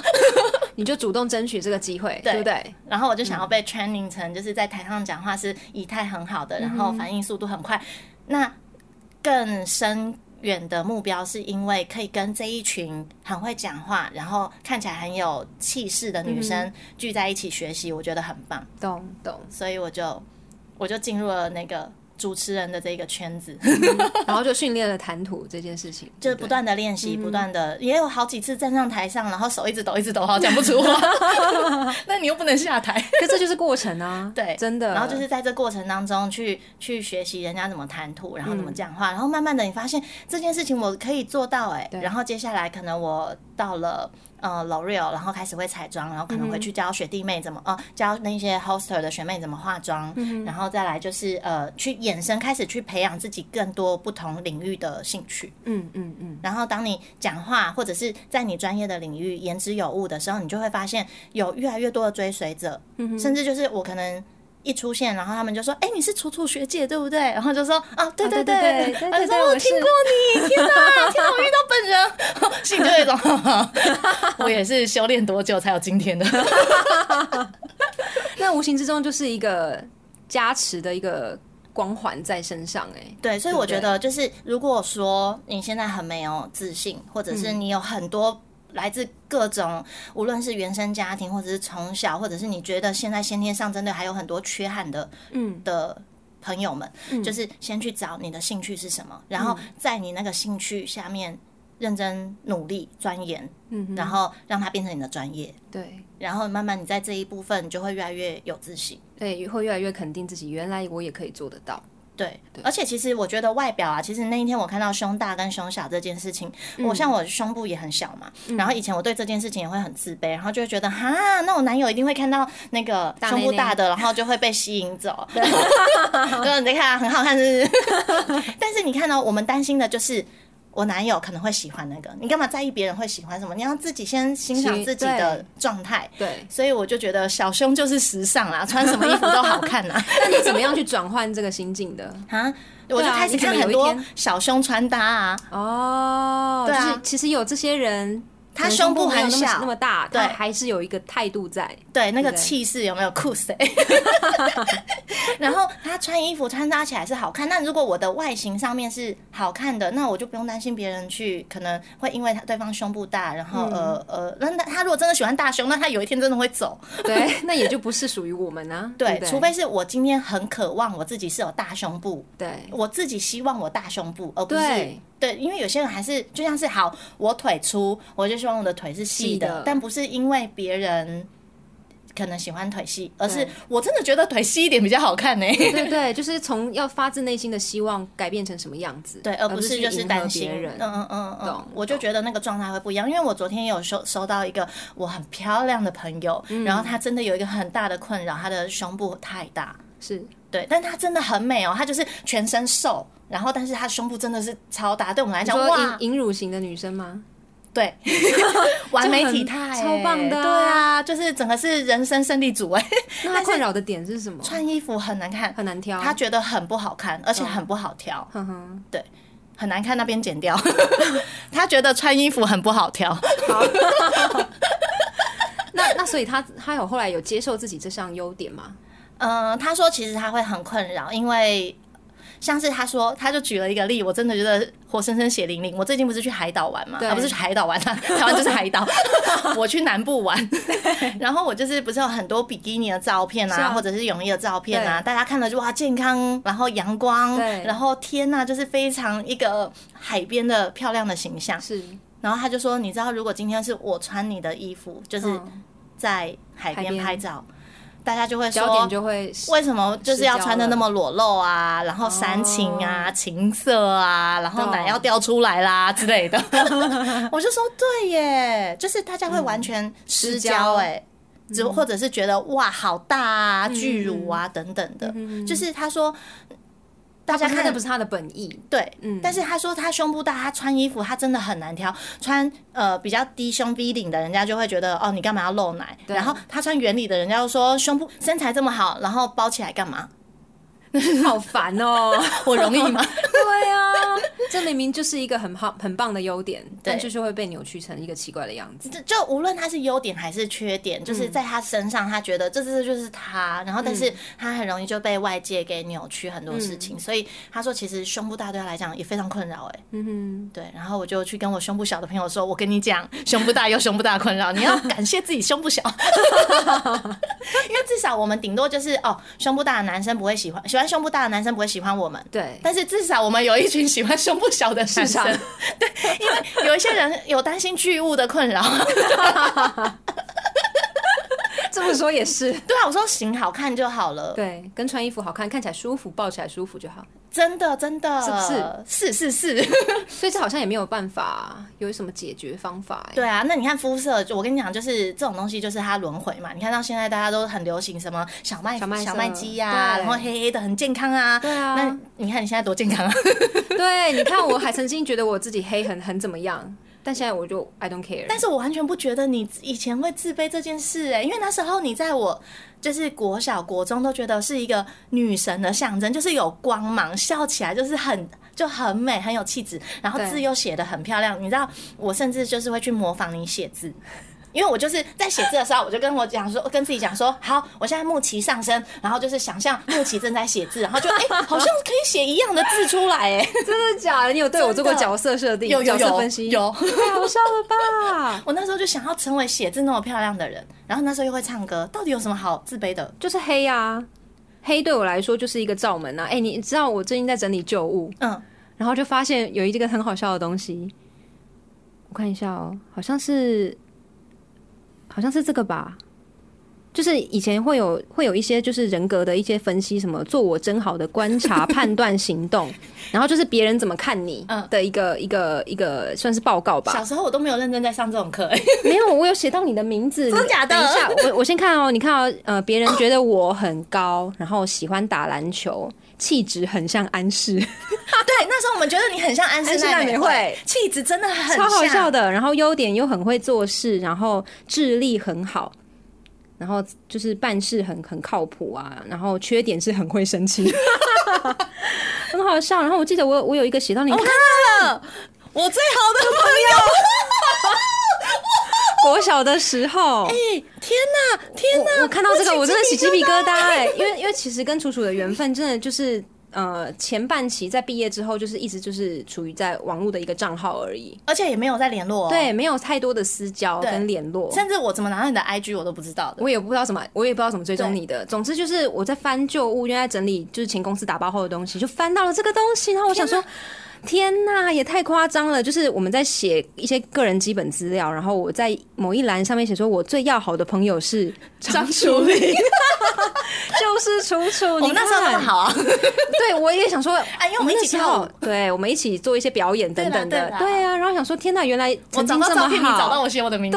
Speaker 2: 你就主动争取这个机会，对不对？
Speaker 1: 然后我就想要被 training 成就是在台上讲话是仪态很好的，然后反应速度很快。那更深远的目标是因为可以跟这一群很会讲话，然后看起来很有气势的女生聚在一起学习，我觉得很棒，
Speaker 2: 懂懂，
Speaker 1: 所以我就我就进入了那个主持人的这个圈子。
Speaker 2: 然后就训练了谈吐这件事情，
Speaker 1: 就是不断的练习，不断的，也有好几次站上台上，然后手一直抖，一直抖，好讲不出话。 [LAUGHS] 那你又不能下台，
Speaker 2: 对不对，可这就是过程 [LAUGHS] 啊，
Speaker 1: 对，
Speaker 2: 真的。
Speaker 1: 然后就是在这过程当中去去学习人家怎么谈吐，
Speaker 2: 嗯
Speaker 1: 然后怎么讲话，然后慢慢的你发现这件事情我可以做到哎、然后接下来可能我到了。呃，L'Oreal，然后开始会彩妆，然后可能会
Speaker 2: 嗯
Speaker 1: 去教学弟妹怎么、呃，教那些 hoster 的学妹怎么化妆，
Speaker 2: 嗯
Speaker 1: 然后再来就是呃，去衍生开始去培养自己更多不同领域的兴趣。
Speaker 2: 嗯嗯嗯，
Speaker 1: 然后当你讲话或者是在你专业的领域言之有物的时候，你就会发现有越来越多的追随者，
Speaker 2: 嗯
Speaker 1: 甚至就是我可能。一出现，然后他们就说：“哎、你是楚楚学姐对不对？”然后就说：“哦，对
Speaker 2: [LAUGHS] 啊对
Speaker 1: 对
Speaker 2: 对对对
Speaker 1: 他就
Speaker 2: 对对
Speaker 1: 说：“我哦
Speaker 2: 我是
Speaker 1: 听过你，天哪，天哪，我遇到本人， [LAUGHS] 心里就有一种， [LAUGHS] 我也是修炼多久才有今天的。”
Speaker 2: 那无形之中就是一个加持的一个光环在身上、哎，
Speaker 1: 对，所以
Speaker 2: 对不
Speaker 1: 我觉得就是，如果说你现在很没有自信，或者是你有很多来自各种，无论是原生家庭，或者是从小，或者是你觉得现在先天上真的还有很多缺憾的，嗯的。朋友们，就是先去找你的兴趣是什么，然后在你那个兴趣下面认真努力钻研，嗯，然后让它变成你的专业，
Speaker 2: 对
Speaker 1: 然后慢慢你在这一部分你就会越来越有自信。
Speaker 2: 对，会越来越肯定自己，原来我也可以做得到。
Speaker 1: 对，而且其实我觉得外表啊，其实那一天我看到胸大跟胸小这件事情，
Speaker 2: 嗯
Speaker 1: 我像我胸部也很小嘛，然后以前我对这件事情也会很自卑，然后就会觉得哈，那我男友一定会看到那个
Speaker 2: 大
Speaker 1: 胸部
Speaker 2: 内内
Speaker 1: 大的，然后就会被吸引
Speaker 2: [LAUGHS]
Speaker 1: 走。 [LAUGHS] 对，你在看、啊、很好看，是不是？ [LAUGHS] 但是你看到、我们担心的就是。我男友可能会喜欢那个，你干嘛在意别人会喜欢什么？你要自己先欣赏
Speaker 2: 其
Speaker 1: 自己
Speaker 2: 对
Speaker 1: 的状态。
Speaker 2: 对，
Speaker 1: 所以我就觉得小胸就是时尚啦，穿什么衣服都好看啦。
Speaker 2: 那你怎么样去转换这个心境的？
Speaker 1: 啊，我就
Speaker 2: 对啊
Speaker 1: 开始
Speaker 2: 你可能
Speaker 1: 看
Speaker 2: 有
Speaker 1: 很
Speaker 2: 一
Speaker 1: 多
Speaker 2: 天
Speaker 1: 小胸穿搭啊，
Speaker 2: 哦，
Speaker 1: 对啊
Speaker 2: 就是其实有这些人，
Speaker 1: 他
Speaker 2: 可能
Speaker 1: 胸部
Speaker 2: 没有
Speaker 1: 很
Speaker 2: 那么
Speaker 1: 小
Speaker 2: 那么大，
Speaker 1: 对
Speaker 2: 他还是有一个态度在。
Speaker 1: 对，那个
Speaker 2: 对
Speaker 1: 气势有没有酷谁？ [LAUGHS] 然后他穿衣服穿搭起来是好看，那如果我的外形上面是好看的，那我就不用担心别人去可能会因为他对方胸部大，然
Speaker 2: 嗯
Speaker 1: 后、呃呃，那那他如果真的喜欢大胸，那他有一天真的会走。
Speaker 2: 对， [LAUGHS] 那也就不是属于我们啊。对
Speaker 1: 对，
Speaker 2: 不对，
Speaker 1: 除非是我今天很渴望我自己是有大胸部，
Speaker 2: [LAUGHS] 对
Speaker 1: 我自己希望我大胸部，而不是
Speaker 2: 对
Speaker 1: 对，因为有些人还是就像是好，我腿粗，我就希望我的腿是细
Speaker 2: 细
Speaker 1: 的，
Speaker 2: 的
Speaker 1: 但不是因为别人可能喜欢腿细，而是
Speaker 2: 对
Speaker 1: 我真的觉得腿细一点比较好
Speaker 2: [LAUGHS]
Speaker 1: 看呢、
Speaker 2: 对对，就是从要发自内心的希望改变成什么样子，
Speaker 1: 对，而
Speaker 2: 而
Speaker 1: 不
Speaker 2: 是
Speaker 1: 是
Speaker 2: 去
Speaker 1: 就是
Speaker 2: 迎合
Speaker 1: 担
Speaker 2: 别
Speaker 1: 心，
Speaker 2: 人。
Speaker 1: 嗯嗯嗯嗯
Speaker 2: 懂，
Speaker 1: 我就
Speaker 2: 懂
Speaker 1: 觉得那个状态会不一样。因为我昨天也有收收到一个我很漂亮的朋友，
Speaker 2: 嗯
Speaker 1: 然后她真的有一个很大的困扰，她的胸部太大，
Speaker 2: 是，
Speaker 1: 对，但她真的很美哦，她就是全身瘦，然后但是她的胸部真的是超大，对我们来
Speaker 2: 你
Speaker 1: 讲
Speaker 2: 说
Speaker 1: 哇，
Speaker 2: 隐隐乳型的女生吗？
Speaker 1: 对， [LAUGHS] 完美体态、
Speaker 2: 就很超棒的啊
Speaker 1: 对啊，就是整个是人生胜利组哎、
Speaker 2: 那她困扰的点是什么？
Speaker 1: 穿衣服很难看，
Speaker 2: 很难挑。
Speaker 1: 他觉得很不好看，而且
Speaker 2: 嗯
Speaker 1: 很不好挑，
Speaker 2: 哼哼，
Speaker 1: 很难看那边剪掉。 [LAUGHS] 他觉得穿衣服很不好挑，
Speaker 2: 好。 [LAUGHS] 那那所以她她有后来有接受自己这项优点吗？
Speaker 1: 嗯、他说其实他会很困扰，因为。像是他说，他就举了一个例，我真的觉得活生生血淋淋。我最近不是去海岛玩嘛，
Speaker 2: 对
Speaker 1: 啊、不是去海岛玩
Speaker 2: [LAUGHS]
Speaker 1: 啊，台湾就是海岛。我去南部玩，然后我就是不是有很多比基尼的照片
Speaker 2: 是
Speaker 1: 啊，
Speaker 2: 啊
Speaker 1: 或者是泳衣的照片啊，大家看了就哇健康，然后阳光，
Speaker 2: 对
Speaker 1: 然后天呐、就是非常一个海边的漂亮的形象。
Speaker 2: 是
Speaker 1: 然后他就说，你知道，如果今天是我穿你的衣服，就是
Speaker 2: 嗯
Speaker 1: 在海
Speaker 2: 海
Speaker 1: 边
Speaker 2: 边
Speaker 1: 拍照，大家就会
Speaker 2: 焦点
Speaker 1: 说。
Speaker 2: 就会
Speaker 1: 为什么就是要穿的那么裸露啊？然后煽情啊、情色啊，然后
Speaker 2: 哦懂
Speaker 1: 奶要掉出来
Speaker 2: [LAUGHS]
Speaker 1: 啦之类的。我就说对耶，就是大家会完全失
Speaker 2: 嗯失
Speaker 1: 焦
Speaker 2: 焦嗯
Speaker 1: 哎，只或者是觉得哇好大啊、巨乳啊等等的。就是他说大
Speaker 2: 大
Speaker 1: 家
Speaker 2: 家看
Speaker 1: 看
Speaker 2: 的嗯不是她的本意，
Speaker 1: 对，
Speaker 2: 嗯
Speaker 1: 但是他说他胸部大，他穿衣服他真的很难挑，穿呃比较低胸 V 领的，人家就会觉得哦你干嘛要露奶？
Speaker 2: 对
Speaker 1: 然后他穿圆领的，人家就说胸部身材这么好，然后包起来干嘛？
Speaker 2: [LAUGHS] 好烦 [LAUGHS] 哦。
Speaker 1: 我容易吗？
Speaker 2: 对啊，这明明就是一个很好很棒的优点，但就是会被扭曲成一个奇怪的样子。
Speaker 1: 就就无论他是优点还是缺点，
Speaker 2: 嗯
Speaker 1: 就是在他身上，他觉得这这就是他，然后但是他很容易就被外界给扭曲很多事情，所以他说其实胸部大对他来讲也非常困扰哎、
Speaker 2: 嗯哼，
Speaker 1: 对，然后我就去跟我胸部小的朋友说：“我跟你讲，胸部大有胸部大的困扰，你要感谢自己胸部小， [LAUGHS] 因为至少我们顶多就是哦，胸部大的男生不会喜欢，喜欢胸部大的男生不会喜欢我们。”
Speaker 2: [LAUGHS] 对，啊
Speaker 1: 但是至少我们有一群喜欢胸部小的男生
Speaker 2: 市场，
Speaker 1: 对，因为 [LAUGHS] 有一些人有担心巨物的困扰。
Speaker 2: [LAUGHS] 这么说也是。
Speaker 1: 对啊，我说型好看就好了，
Speaker 2: [LAUGHS] 对，跟穿衣服好看，看起来舒服，抱起来舒服就好。
Speaker 1: 真的真的，是是是
Speaker 2: [LAUGHS]
Speaker 1: 是，
Speaker 2: 所以这好像也没有办法啊有什么解决方法、欸。
Speaker 1: 对啊，那你看肤色，我跟你讲，就是这种东西就是它轮回嘛。你看到现在大家都很流行什么小麦
Speaker 2: 小麦色
Speaker 1: 鸡呀、啊，
Speaker 2: 对
Speaker 1: 然后黑黑的很健康啊。
Speaker 2: 对啊
Speaker 1: 那你看你现在多健康啊！
Speaker 2: [LAUGHS] 对，你看我还曾经觉得我自己黑很很怎么样，但现在我就 I don't care。
Speaker 1: 但是我完全不觉得你以前会自卑这件事哎、因为那时候你在我就是国小、国中都觉得是一个女神的象征，就是有光芒，笑起来就是很就很美，很有气质，然后
Speaker 2: 对
Speaker 1: 字又写的很漂亮。你知道，我甚至就是会去模仿你写字。因为我就是在写字的时候，我就跟我讲说，跟自己讲说，好，我现在木奇上身，然后就是想象木奇正在写字，然后就哎、好像可以写一样的字出来、哎，
Speaker 2: [LAUGHS] 真的假的？你有对我做过角色设定、
Speaker 1: 有有
Speaker 2: 角色
Speaker 1: 有
Speaker 2: 分析？
Speaker 1: 有，
Speaker 2: 太好笑了吧？
Speaker 1: 我那时候就想要成为写字那么漂亮的人，然后那时候又会唱歌，到底有什么好自卑的？
Speaker 2: [LAUGHS] 就是黑啊，黑对我来说就是一个罩门啊。哎、你知道我最近在整理旧物，
Speaker 1: 嗯，
Speaker 2: 然后就发现有一个很好笑的东西，我看一下哦，好像是，好像是这个吧。就是以前会有会有一些就是人格的一些分析，什么做我真好的观 [LAUGHS] 察、判断、行动，然后就是别人怎么看你
Speaker 1: 嗯
Speaker 2: 的一个、一个一个算是报告吧。
Speaker 1: 小时候我都没有认真在上这种课、哎
Speaker 2: [LAUGHS] 没有，我有写到你的名字，
Speaker 1: [LAUGHS] 真的假的
Speaker 2: 等一下，我我先看哦，你看哦，呃，别人觉得我很高，然后喜欢打篮球，气质很像安
Speaker 1: [LAUGHS]
Speaker 2: 室，
Speaker 1: 对，那时候我们觉得你很像安室
Speaker 2: 安室
Speaker 1: 奈
Speaker 2: 奈
Speaker 1: 美
Speaker 2: 美
Speaker 1: 惠
Speaker 2: 惠，
Speaker 1: 气质真的很
Speaker 2: 超好笑
Speaker 1: 像。
Speaker 2: 的。然后优点又很会做事，然后智力很好，然后就是办事很很靠谱啊。然后缺点是很会生
Speaker 1: [LAUGHS]
Speaker 2: 气，很好笑。然后我记得我有我有一个写到
Speaker 1: 哦
Speaker 2: 你， [LAUGHS]
Speaker 1: 我最好的朋友，
Speaker 2: 国小的时候， [LAUGHS]
Speaker 1: 哎天哪，天
Speaker 2: 我
Speaker 1: 哪！
Speaker 2: 我看到这个，我真的起鸡皮疙瘩
Speaker 1: 哎、
Speaker 2: 哎、因为因为其实跟楚楚的缘分真的就是。呃，前半期在毕业之后，就是一直就是处于在网络的一个账号而已，
Speaker 1: 而且也没有在联络、哦。，
Speaker 2: 对，没有太多的私交跟联络，
Speaker 1: 甚至我怎么拿到你的 IG 我都不知道的。
Speaker 2: 我也不知道怎么，我也不知道怎么追踪你的。总之就是我在翻旧物，因为在整理就是前公司打包后的东西，就翻到了这个东西，然后我想说。天呐，也太夸张了！就是我们在写一些个人基本资料，然后我在某一栏上面写说，我最要好的朋友是张楚林， [LAUGHS] 就是楚楚。
Speaker 1: 我
Speaker 2: 你
Speaker 1: 们那时候
Speaker 2: 看
Speaker 1: 那么好啊，
Speaker 2: [LAUGHS] 对，我也想说，
Speaker 1: 啊因为我们一起
Speaker 2: 那时候
Speaker 1: 跳舞，
Speaker 2: 对，我们一起做一些表演等等
Speaker 1: 对啦
Speaker 2: 的，
Speaker 1: 对啦
Speaker 2: 对啊。然后想说，天呐，原来
Speaker 1: 我
Speaker 2: 曾
Speaker 1: 找
Speaker 2: 经
Speaker 1: 到
Speaker 2: 这么
Speaker 1: 照片，你
Speaker 2: 好，
Speaker 1: 找到我写我的名字。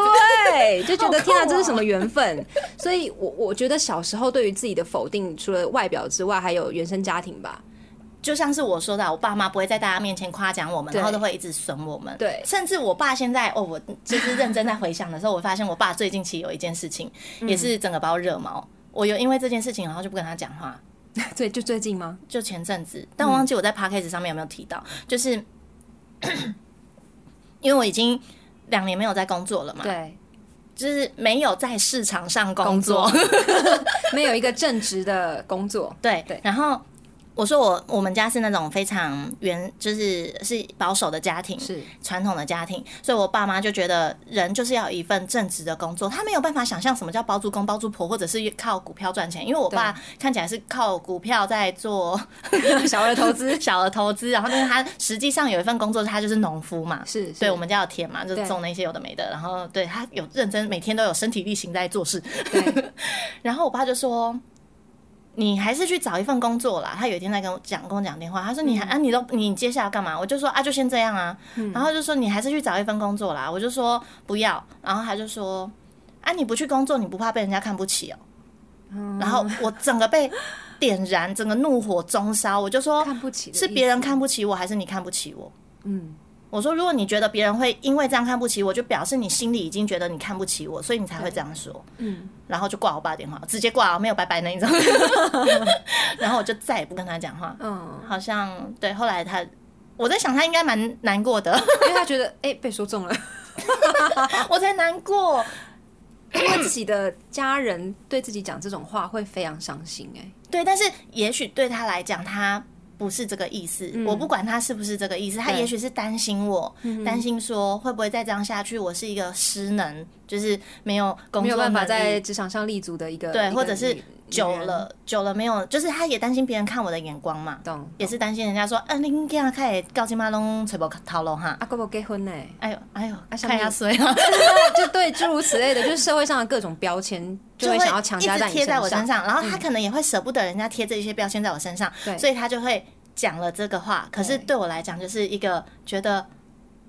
Speaker 2: 对，就觉得
Speaker 1: 好酷
Speaker 2: 天啊，这
Speaker 1: 哦
Speaker 2: 是什么缘分？所以我我觉得小时候对于自己的否定，除了外表之外，还有原生家庭吧。
Speaker 1: 就像是我说的啊，我爸妈不会在大家面前夸奖我们，
Speaker 2: 对
Speaker 1: 然后都会一直损我们。
Speaker 2: 对
Speaker 1: 甚至我爸现在哦，我就是认真在回想的时候，我发现我爸最近其实有一件事情，也是整个把我惹毛。我有因为这件事情，然后就不跟他讲话，
Speaker 2: 对，就 [LAUGHS] 最近吗？
Speaker 1: 就前阵子，但我忘记我在 p a c k a g e 上面有没有提到，就是 [COUGHS] 因为我已经两年没有在工作了嘛，
Speaker 2: 对，
Speaker 1: 就是没有在市场上工作，
Speaker 2: 没有一个正职的工作。
Speaker 1: [LAUGHS] 对
Speaker 2: 对
Speaker 1: 然后我说我我们家是那种非常原，就是是保守的家庭，
Speaker 2: [LAUGHS] 是
Speaker 1: 传统的家庭，所以我爸妈就觉得人就是要有一份正职的工作，他没有办法想象什么叫包租公、包租婆，或者是靠股票赚钱，因为我爸看起来是靠股票在做
Speaker 2: [LAUGHS] 小额投
Speaker 1: [LAUGHS]
Speaker 2: 资
Speaker 1: 小额投资，然后但是他实际上有一份工作，他就是农夫嘛。
Speaker 2: 是，是
Speaker 1: 对，我们家有田嘛，就
Speaker 2: 对
Speaker 1: 种那些有的没的，然后对他有认真，每天都有身体力行在做事。
Speaker 2: 对
Speaker 1: [LAUGHS] 然后我爸就说：“你还是去找一份工作啦。”他有一天在跟我讲，跟我讲电话，他说：“你还、
Speaker 2: 嗯
Speaker 1: 啊，你都你接下来要干嘛？”我就说：“啊，就先这样啊。然后就说：“你还是去找一份工作啦。”我就说：“不要。”然后他就说：“啊，你不去工作，你不怕被人家看不起哦？”
Speaker 2: 嗯
Speaker 1: 然后我整个被点燃，整个怒火中烧，我就说
Speaker 2: 看不起的
Speaker 1: 是
Speaker 2: 意
Speaker 1: 别人
Speaker 2: 思
Speaker 1: 看不起我，还是你看不起我？
Speaker 2: 嗯，
Speaker 1: 我说，如果你觉得别人会因为这样看不起我，就表示你心里已经觉得你看不起我，所以你才会这样说。
Speaker 2: 嗯，
Speaker 1: 然后就挂我爸电话，直接挂，没有拜
Speaker 2: [LAUGHS]
Speaker 1: 拜那一种。然后我就再也不跟他讲话。
Speaker 2: 嗯，
Speaker 1: 好像对，后来他，我在想他应该蛮难过的，
Speaker 2: [LAUGHS]
Speaker 1: [LAUGHS]
Speaker 2: 因为他觉得哎、被说中了，
Speaker 1: 我才难过。
Speaker 2: 因为自己的家人对自己讲这种话会非常伤心哎、
Speaker 1: 对，但是也许对他来讲，他不是这个意思。我不管他是不是这个意思，他
Speaker 2: 嗯对嗯
Speaker 1: 也许是担心我，担心说会不会再这样下去，我是一个失能，就是没有工作
Speaker 2: 没有办法
Speaker 1: 能力
Speaker 2: 在职场上立足的一个
Speaker 1: 对，
Speaker 2: 一个
Speaker 1: 或者是
Speaker 2: 女
Speaker 1: 久
Speaker 2: 女人
Speaker 1: 了久了没有，就是他也担心别人看我的眼光嘛，
Speaker 2: 懂
Speaker 1: 也是担心人家说，啊，你这样看告金马龙吹不头龙哈，
Speaker 2: 啊阿公公结婚呢、
Speaker 1: 哎呦哎呦，
Speaker 2: 啊什
Speaker 1: 看
Speaker 2: 么
Speaker 1: 他衰了，
Speaker 2: 就对诸如此类的，就是 [LAUGHS] 社会上的各种标签，就会想要强
Speaker 1: 一
Speaker 2: 加
Speaker 1: 直
Speaker 2: 在你
Speaker 1: 贴在我身
Speaker 2: 身。嗯
Speaker 1: 上，然后他可能也会舍不得人家贴这些标签在我身上，
Speaker 2: 对
Speaker 1: 所以他就会讲了这个话。可是
Speaker 2: 对
Speaker 1: 对我来讲，就是一个觉得。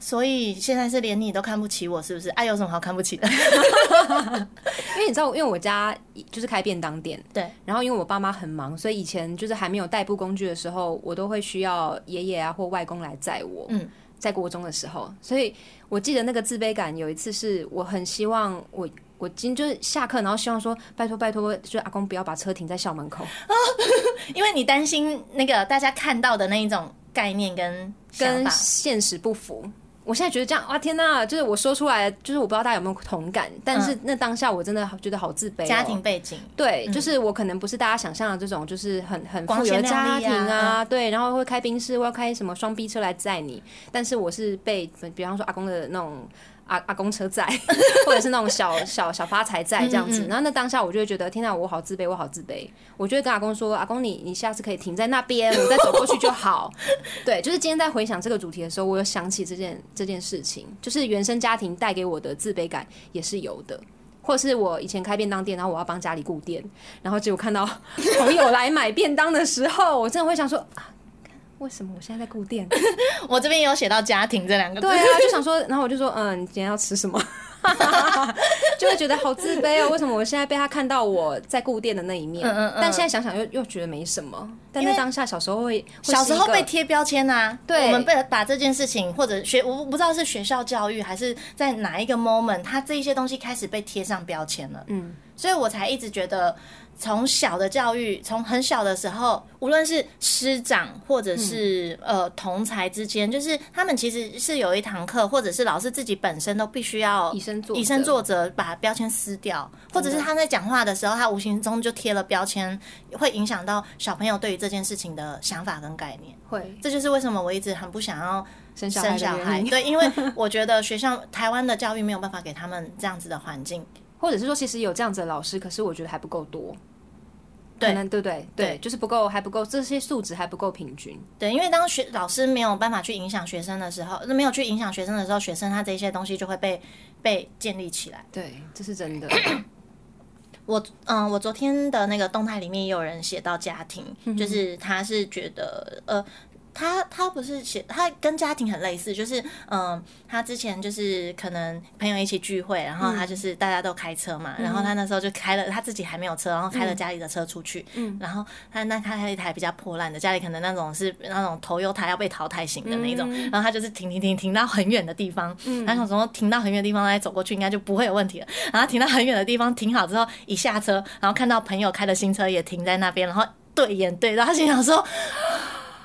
Speaker 1: 所以现在是连你都看不起我，是不是？哎、有什么好看不起
Speaker 2: [LAUGHS]
Speaker 1: 的？
Speaker 2: 因为你知道，因为我家就是开便当店，
Speaker 1: 对。
Speaker 2: 然后因为我爸妈很忙，所以以前就是还没有代步工具的时候，我都会需要爷爷啊或外公来载我。
Speaker 1: 嗯。
Speaker 2: 在国中的时候，所以我记得那个自卑感有一次是我很希望我。我今就是下课，然后希望说拜托拜托，就是阿公不要把车停在校门口，
Speaker 1: [LAUGHS] 因为你担心那个大家看到的那一种概念跟想
Speaker 2: 跟
Speaker 1: 法，
Speaker 2: 现实不符。我现在觉得这样，哇天呐，就是我说出来，就是我不知道大家有没有同感，但是那当下我真的好觉得好自卑、哦。
Speaker 1: 嗯家庭背景，
Speaker 2: 对，就是我可能不是大家想象的这种，就是很很
Speaker 1: 光
Speaker 2: 富有的
Speaker 1: 鲜亮
Speaker 2: 家
Speaker 1: 丽
Speaker 2: 庭
Speaker 1: 啊
Speaker 2: 啊，对，然后会开宾士，我要开什么双逼车来载你，但是我是被比方说阿公的那种。阿阿公车载， [LAUGHS] 或者是那种小小小发
Speaker 1: 嗯
Speaker 2: 财载这样子，然后那当下我就会觉得，天哪，我好自卑，我好自卑。我就会跟阿公说，阿公你你下次可以停在那边，我再走过去
Speaker 1: [LAUGHS]
Speaker 2: 就好。对，就是今天在回想这个主题的时候，我有想起这件这件事情，就是原生家庭带给我的自卑感也是有的。或是我以前开便当店，然后我要帮家里顾店，然后结果看到 [LAUGHS] 朋友来买便当的时候，我真的会想说啊，为什么我现在在顾
Speaker 1: [LAUGHS]
Speaker 2: 店？
Speaker 1: 我这边也有写到家庭这两个字。
Speaker 2: 对啊，就想说，然后我就说，嗯，你今天要吃什么？ [LAUGHS] 就会觉得好自卑哦，为什么我现在被他看到我在顾店的那一面？
Speaker 1: 嗯嗯嗯
Speaker 2: 但现在想想又又觉得没什么，但在当下小时候会，会
Speaker 1: 小时候
Speaker 2: 是一
Speaker 1: 被
Speaker 2: 个
Speaker 1: 贴标签呐、
Speaker 2: 对
Speaker 1: 我们被把这件事情或者学，我不知道是学校教育还是在哪一个 moment，他这一些东西开始被贴上标签了，
Speaker 2: 嗯，
Speaker 1: 所以我才一直觉得，从小的教育，从很小的时候，无论是师长或者是、
Speaker 2: 嗯
Speaker 1: 呃同才之间，就是他们其实是有一堂课，或者是老师自己本身都必须要
Speaker 2: 以身作
Speaker 1: 以身作则，把标签撕掉，或者是他在讲话的时候，他无形中就贴了标签，会影响到小朋友对于这件事情的想法跟概念。
Speaker 2: 会
Speaker 1: 这就是为什么我一直很不想要
Speaker 2: 生小
Speaker 1: 哦生
Speaker 2: 孩
Speaker 1: 小
Speaker 2: 的
Speaker 1: 孩，
Speaker 2: 原因，
Speaker 1: 对，
Speaker 2: [LAUGHS]
Speaker 1: 因为我觉得学校台湾的教育没有办法给他们这样子的环境。
Speaker 2: 或者是说其实有这样子的老师，可是我觉得还不够多。
Speaker 1: 对
Speaker 2: 可能对不对？对，
Speaker 1: 对
Speaker 2: 就是不够，还不够，这些素质还不够平均。
Speaker 1: 对，因为当学老师没有办法去影响学生的时候，那没有去影响学生的时候，学生他这些东西就会被被建立起来。
Speaker 2: 对，这是真的。
Speaker 1: 嗯我嗯，我昨天的那个动态里面也有人写到家庭，
Speaker 2: 嗯
Speaker 1: 就是他是觉得呃。他他不是写他跟家庭很类似，就是嗯、他之前就是可能朋友一起聚会，然后他就是大家都开车嘛，然后他那时候就开了他自己还没有车，然后开了家里的车出去，然后他那开了一台比较破烂的，家里可能那种是那种头油台要被淘汰型的那种，然后他就是停停停停到很远的地方，他想说停到很远的地方再走过去应该就不会有问题了，然后停到很远的地方停好之后，一下车，然后看到朋友开的新车也停在那边，然后对眼对到，他心想说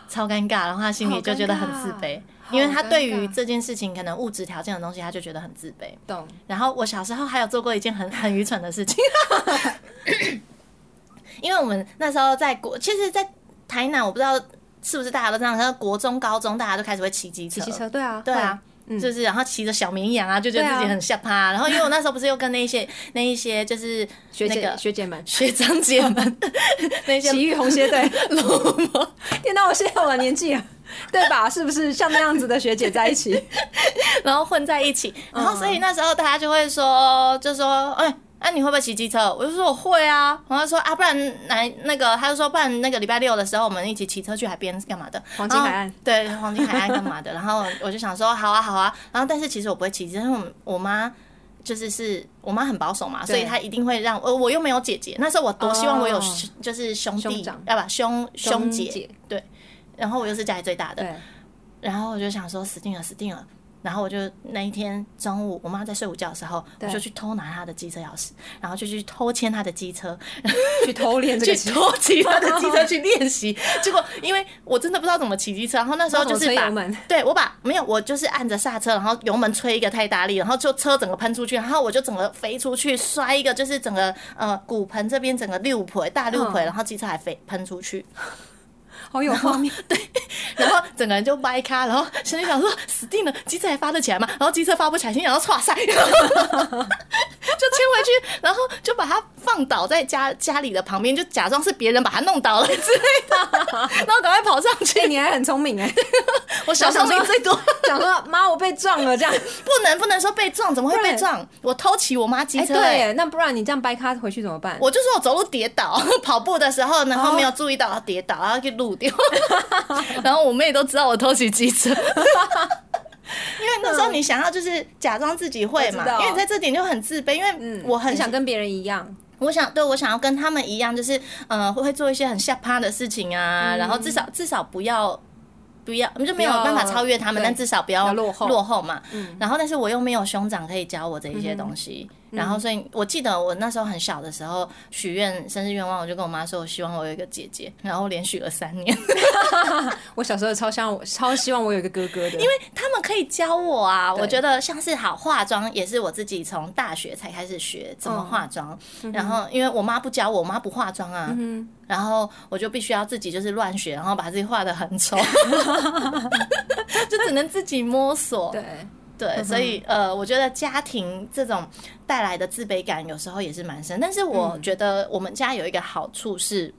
Speaker 1: 超尴尬，然后他心里就觉得很自卑，
Speaker 2: 好尴尬
Speaker 1: 因为他对
Speaker 2: 好
Speaker 1: 于
Speaker 2: 尴尬
Speaker 1: 这件事情可能物质条件的东西，他就觉得很自卑。
Speaker 2: 懂？
Speaker 1: 然后我小时候还有做过一件很很愚蠢的事情， [LAUGHS] 因为我们那时候在国，其实，在台南，我不知道是不是大家都这样，然后国中、高中大家都开始会骑机车，
Speaker 2: 骑机车，对啊，
Speaker 1: 对啊，就是然后骑着小绵羊啊，就觉得自己很下趴、然后因为我那时候不是又跟那一些那一些就是
Speaker 2: 会，学
Speaker 1: 那
Speaker 2: 姐
Speaker 1: 个
Speaker 2: 学姐们，
Speaker 1: 学长姐们 [LAUGHS] 那些
Speaker 2: 奇遇红鞋
Speaker 1: [LAUGHS]
Speaker 2: 队，天哪，我现在我的年纪了，对吧？是不是像那样子的学姐在一起？
Speaker 1: 然后混在一起，
Speaker 2: 嗯
Speaker 1: 然后所以那时候大家就会说，就说，哎、那、你会不会骑机车？我就说我会啊。然后他说啊，不然来那个，他就说不然那个礼拜六的时候我们一起骑车去海边干嘛的？
Speaker 2: 黄金海岸
Speaker 1: 然后对，黄金海岸干嘛的？ [LAUGHS] 然后我就想说好啊好啊。然后但是其实我不会骑机车，因为我们我妈。就是是我妈很保守嘛，所以
Speaker 2: 对
Speaker 1: 她一定会让我呃我又没有姐姐，那时候我多希望我有
Speaker 2: 哦
Speaker 1: 兄就是兄
Speaker 2: 兄
Speaker 1: 弟
Speaker 2: 长，
Speaker 1: 要不兄兄姐
Speaker 2: 姐，
Speaker 1: 对，然后我又是家里最大的，
Speaker 2: 对，
Speaker 1: 然后我就想说死定了，死定了。然后我就那一天中午，我妈在睡午觉的时候，我
Speaker 2: 对
Speaker 1: 就去偷拿她的机车钥匙，然后就去偷牵她的机车，
Speaker 2: 去偷练这
Speaker 1: 去
Speaker 2: 个骑，
Speaker 1: 偷骑她的机车去练习。
Speaker 2: [LAUGHS]
Speaker 1: 结果因为我真的不知道怎么骑机车，然后那时候就
Speaker 2: 那
Speaker 1: 是
Speaker 2: 怎么
Speaker 1: 把
Speaker 2: 吹油门
Speaker 1: 对我把没有我就是按着刹车，然后油门吹一个太大力，然后就车整个喷出去，然后我就整个飞出去，摔一个就是整个呃骨盆这边整个六腿大六腿，
Speaker 2: 嗯
Speaker 1: 然后机车还飞喷出去。
Speaker 2: 好有
Speaker 1: [LAUGHS]
Speaker 2: 画面。
Speaker 1: 然后整个人就掰开，然后心里想说死定了，机车还发得起来吗？然后机车发不起来，心想要唰塞，就 [LAUGHS] 牵回去，然后就把它放倒在家家里的旁边，就假装是别人把它弄倒了之类的，然后赶快跑上去。
Speaker 2: 哎，你还很聪明哎，
Speaker 1: 我小时候
Speaker 2: 然后想说
Speaker 1: 最多，
Speaker 2: 想说妈，我被撞了这样。哎
Speaker 1: 不能不能说被撞，怎么会被撞？我偷骑我妈机
Speaker 2: 哎，
Speaker 1: 车、
Speaker 2: 对
Speaker 1: 欸
Speaker 2: 耶，那不然你这样掰咖回去怎么办？
Speaker 1: 我就说我走路跌倒， [LAUGHS] 跑步的时候，然后没有注意到哦跌倒，然后就路
Speaker 2: [LAUGHS]
Speaker 1: 掉。 [LAUGHS] 然后我妹都知道我偷骑机车，因为那时候你想要就是假装自己会嘛
Speaker 2: 我知，道
Speaker 1: 因为你在这点就很自卑，因为我很
Speaker 2: 嗯你想跟别人一样，
Speaker 1: 我想对我想要跟他们
Speaker 2: 嗯
Speaker 1: 一样，就是呃会做一些很下趴的事情啊，然后至少至少不要不要，就没有办法超越他们，
Speaker 2: 对
Speaker 1: 但至少不
Speaker 2: 不
Speaker 1: 要
Speaker 2: 要落后嗯
Speaker 1: 落后嘛。然后，但是我又没有兄长可以教我这一些东西，
Speaker 2: 嗯
Speaker 1: 然后所以我记得我那时候很小的时候许愿生日愿望，我就跟我妈说，我希望我有一个姐姐，然后我连许了三年。
Speaker 2: 我小时候超像我超希望我有一个哥哥的，因为
Speaker 1: 他们可以教我啊，
Speaker 2: 对
Speaker 1: 我觉得像是好化妆也是我自己从大学才开始学怎么化妆，然后因为我妈不教我，我妈不化妆啊，然后我就必须要自己就是乱学，然后把自己画的很丑，就只能自己摸索。
Speaker 2: 对
Speaker 1: 对，所以呃，我觉得家庭这种带来的自卑感有时候也是蛮深，但是我觉得我们家有一个好处是，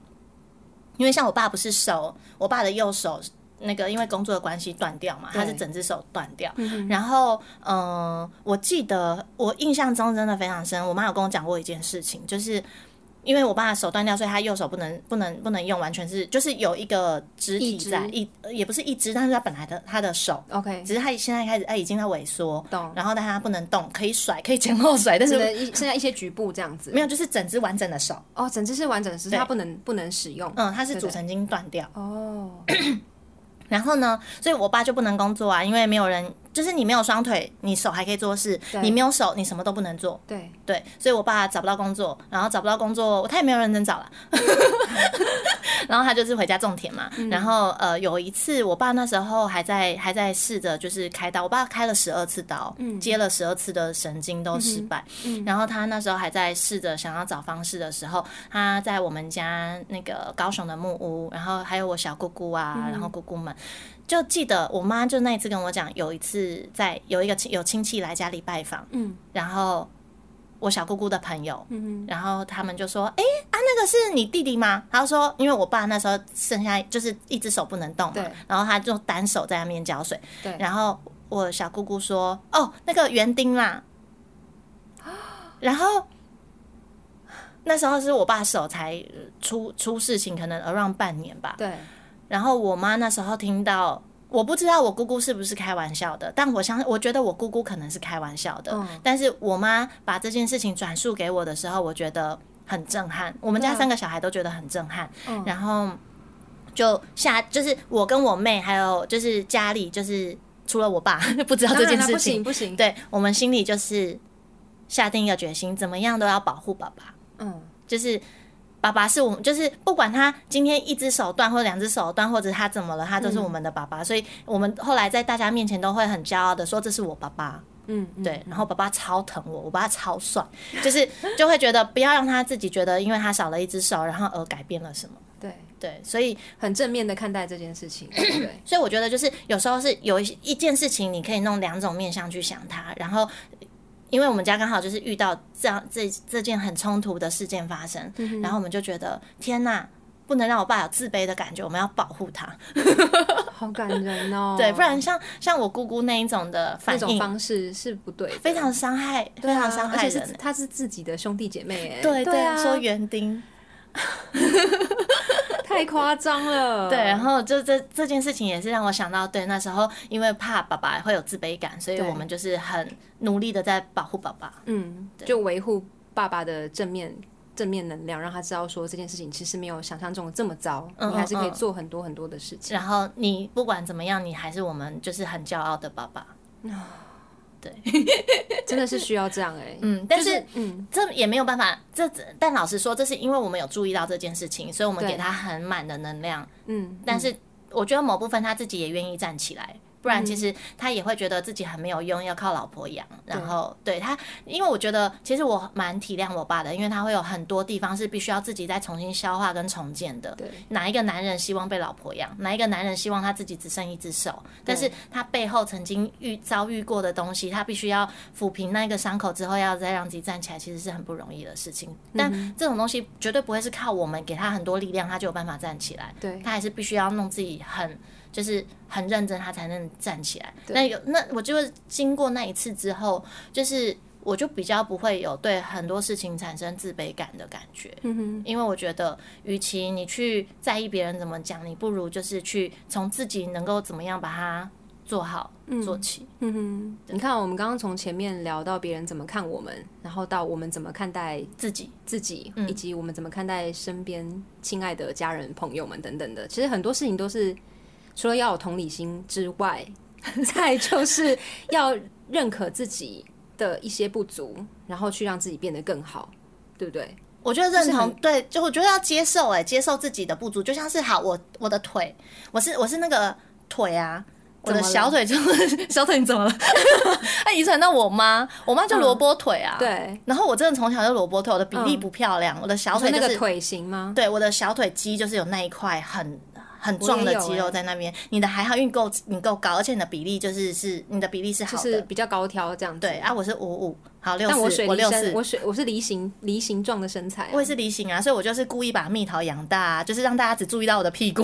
Speaker 1: 因为像我爸不是手，我爸的右手那个因为工作的关系断掉嘛，他是整只手断掉。然后嗯、呃我记得我印象中真的非常深，我妈有跟我讲过一件事情，就是。因为我爸的手断掉，所以他右手不能不能不能用，完全是就是有一个肢体
Speaker 2: 一只
Speaker 1: 在一呃也不是一只，但是他本来的他的手
Speaker 2: ，OK，
Speaker 1: 只是他现在开始，哎，已经在萎缩，
Speaker 2: 懂
Speaker 1: 然后但他不能动，可以甩，可以前后甩，但
Speaker 2: 只
Speaker 1: 是
Speaker 2: 能一剩下一些局部这样子，
Speaker 1: 没有，就是整只完整的手，
Speaker 2: 哦，整只是完整的，只是
Speaker 1: 对
Speaker 2: 它不能不能使用，
Speaker 1: 嗯，它是
Speaker 2: 哦对
Speaker 1: 主
Speaker 2: 对
Speaker 1: 神经断掉，
Speaker 2: 哦，
Speaker 1: 然后呢，所以我爸就不能工作啊，因为没有人，就是你没有双腿，你手还可以做事，
Speaker 2: 对
Speaker 1: 你没有手，你什么都不能做，
Speaker 2: 对，
Speaker 1: 对，所以我爸找不到工作，然后找不到工作，他也没有认真找了， [LAUGHS] 然后他就是回家种田嘛。然后呃，有一次我爸那时候还在还在试着就是开刀，我爸开了十二次刀，接了十二次的神经都失败。然后他那时候还在试着想要找方式的时候，他在我们家那个高雄的木屋，然后还有我小姑姑啊，然后姑姑们。就记得我妈就那一次跟我讲，有一次在有一个亲有亲戚来家里拜访，
Speaker 2: 嗯
Speaker 1: 然后我小姑姑的朋友，
Speaker 2: 嗯
Speaker 1: 然后他们就说：“哎、啊，那个是你弟弟吗？”他说：“因为我爸那时候剩下就是一只手不能动嘛
Speaker 2: 对，
Speaker 1: 然后他就单手在那边浇水。
Speaker 2: 对
Speaker 1: 然后我小姑姑说：‘哦，那个园丁
Speaker 2: [GASPS]
Speaker 1: 啦。’然后那时候是我爸手才呃出出事情，可能 around 半年吧
Speaker 2: 哼，。对，
Speaker 1: 然后我妈那时候听到，我不知道我姑姑是不是开玩笑的，但我相信，我觉得我姑姑可能是开玩笑的。
Speaker 2: 嗯
Speaker 1: 但是我妈把这件事情转述给我的时候，我觉得很震撼。我们
Speaker 2: 对
Speaker 1: 家
Speaker 2: 啊
Speaker 1: 三个小孩都觉得很震撼。
Speaker 2: 嗯
Speaker 1: 然后就下，就是我跟我妹，还有就是家里，就是除了我爸 [LAUGHS] 不知道这
Speaker 2: 当然
Speaker 1: 件
Speaker 2: 啦
Speaker 1: 事
Speaker 2: 不
Speaker 1: 情
Speaker 2: 行，不行，
Speaker 1: 对我们心里就是下定一个决心，怎么样都要保护爸爸。
Speaker 2: 嗯，
Speaker 1: 就是爸爸是我们，就是不管他今天一只手断或两只手断，或者他怎么了，他都是我们的爸爸。所以我们后来在大家面前都会很骄傲的说这是我爸爸。
Speaker 2: 嗯，嗯
Speaker 1: 对，然后爸爸超疼我，我爸超帅，就是就会觉得不要让他自己觉得，因为他少了一只手，然后而改变了什么。
Speaker 2: 对，
Speaker 1: 对，所以
Speaker 2: 很正面的看待这件事情，对
Speaker 1: [LAUGHS]
Speaker 2: 不对，
Speaker 1: 所以我觉得就是有时候是有一些一件事情，你可以弄两种面向去想它，然后。因为我们家刚好就是遇到这样这这件很冲突的事件发生，
Speaker 2: 嗯
Speaker 1: 然后我们就觉得天呐，不能让我爸有自卑的感觉，我们要保护他，
Speaker 2: 好感人哦，
Speaker 1: [LAUGHS] 对，不然像像我姑姑那一种的
Speaker 2: 那
Speaker 1: 反
Speaker 2: 种
Speaker 1: 应，
Speaker 2: 方式是不对的，
Speaker 1: 非常伤害，
Speaker 2: 对
Speaker 1: 非
Speaker 2: 啊
Speaker 1: 常伤害
Speaker 2: 而且
Speaker 1: 人
Speaker 2: 是
Speaker 1: 欸。
Speaker 2: 他是自己的兄弟姐妹，哎，
Speaker 1: 对
Speaker 2: 对
Speaker 1: 啊，
Speaker 2: 啊，
Speaker 1: 说园丁，
Speaker 2: [LAUGHS] 太夸张
Speaker 1: [LAUGHS]
Speaker 2: 了，
Speaker 1: 对，然后就这这件事情也是让我想到，对，那时候因为怕爸爸会有自卑感，所以
Speaker 2: 对
Speaker 1: 我们就是很努力的在保护爸爸。
Speaker 2: 嗯，就维护爸爸的正面正面能量，让他知道说这件事情其实没有想象中的这么糟，
Speaker 1: 嗯
Speaker 2: 你还是可以
Speaker 1: 嗯
Speaker 2: 做很多很多的事情。
Speaker 1: 然后你不管怎么样，你还是我们就是很骄傲的爸爸。
Speaker 2: 真的是需要这样哎、
Speaker 1: 嗯， [LAUGHS] 但是、
Speaker 2: 嗯，
Speaker 1: 这也没有办法，这但老实说，这是因为我们有注意到这件事情，所以我们
Speaker 2: 对
Speaker 1: 给他很满的能量。
Speaker 2: 嗯，嗯
Speaker 1: 但是我觉得某部分他自己也愿意站起来。不然，其实他也会觉得自己很没有用，要靠老婆养。然后，对他，因为我觉得其实我蛮体谅我爸的，因为他会有很多地方是必须要自己再重新消化跟重建的。
Speaker 2: 对，
Speaker 1: 哪一个男人希望被老婆养？哪一个男人希望他自己只剩一只手？但是他背后曾经遇遭遇过的东西，他必须要抚平那个伤口之后，要再让自己站起来，其实是很不容易的事情。
Speaker 2: 嗯
Speaker 1: 但这种东西绝对不会是靠我们给他很多力量，他就有办法站起来。
Speaker 2: 嗯对
Speaker 1: 他还是必须要弄自己很就是很认真，他才能站起来。那有那我就是经过那一次之后，就是我就比较不会有对很多事情产生自卑感的感觉。嗯哼，因为我觉得，与其你去在意别人怎么讲，你不如就是去从自己能够怎么样把它做好、做起。
Speaker 2: 嗯哼，你看我们刚刚从前面聊到别人怎么看我们，然后到我们怎么看待
Speaker 1: 自己
Speaker 2: 自己，
Speaker 1: 嗯
Speaker 2: 以及我们怎么看待身边亲爱的家人、朋友们等等的，其实很多事情都是。除了要有同理心之外，再就是要认可自己的一些不足，然后去让自己变得更好，对不对？
Speaker 1: 我觉得认
Speaker 2: 就是
Speaker 1: 同
Speaker 2: 很
Speaker 1: 对，就我觉得要接受哎、接受自己的不足，就像是好，我我的腿，我是我是那个腿啊，我的
Speaker 2: 怎么了
Speaker 1: 小腿就是 [LAUGHS] 小腿，你怎么了？ [LAUGHS] 哎，遗传到我妈，我妈就萝卜腿啊，。
Speaker 2: 嗯对，嗯
Speaker 1: 然后我真的从小就萝卜腿，我的比例不漂亮，我的小
Speaker 2: 你说
Speaker 1: 腿
Speaker 2: 那
Speaker 1: 就
Speaker 2: 个
Speaker 1: 是
Speaker 2: 腿型吗？
Speaker 1: 对我的小腿肌就是有那一块很很
Speaker 2: 我
Speaker 1: 壮
Speaker 2: 也
Speaker 1: 的
Speaker 2: 有
Speaker 1: 肌
Speaker 2: 欸
Speaker 1: 肉在那边。你的还好，因为够你够高，而且你的比例就是是你的比例是
Speaker 2: 就
Speaker 1: 好的。
Speaker 2: 是比较高挑这样子。
Speaker 1: 对啊，我是五五，好六
Speaker 2: 但我
Speaker 1: 四，
Speaker 2: 水
Speaker 1: 我
Speaker 2: 梨
Speaker 1: 六
Speaker 2: 身，
Speaker 1: 四。
Speaker 2: 我水我是梨形梨形状的身材啊、
Speaker 1: 我也是梨形啊，所以我就是故意把蜜桃养大、啊，就是让大家只注意到我的屁股。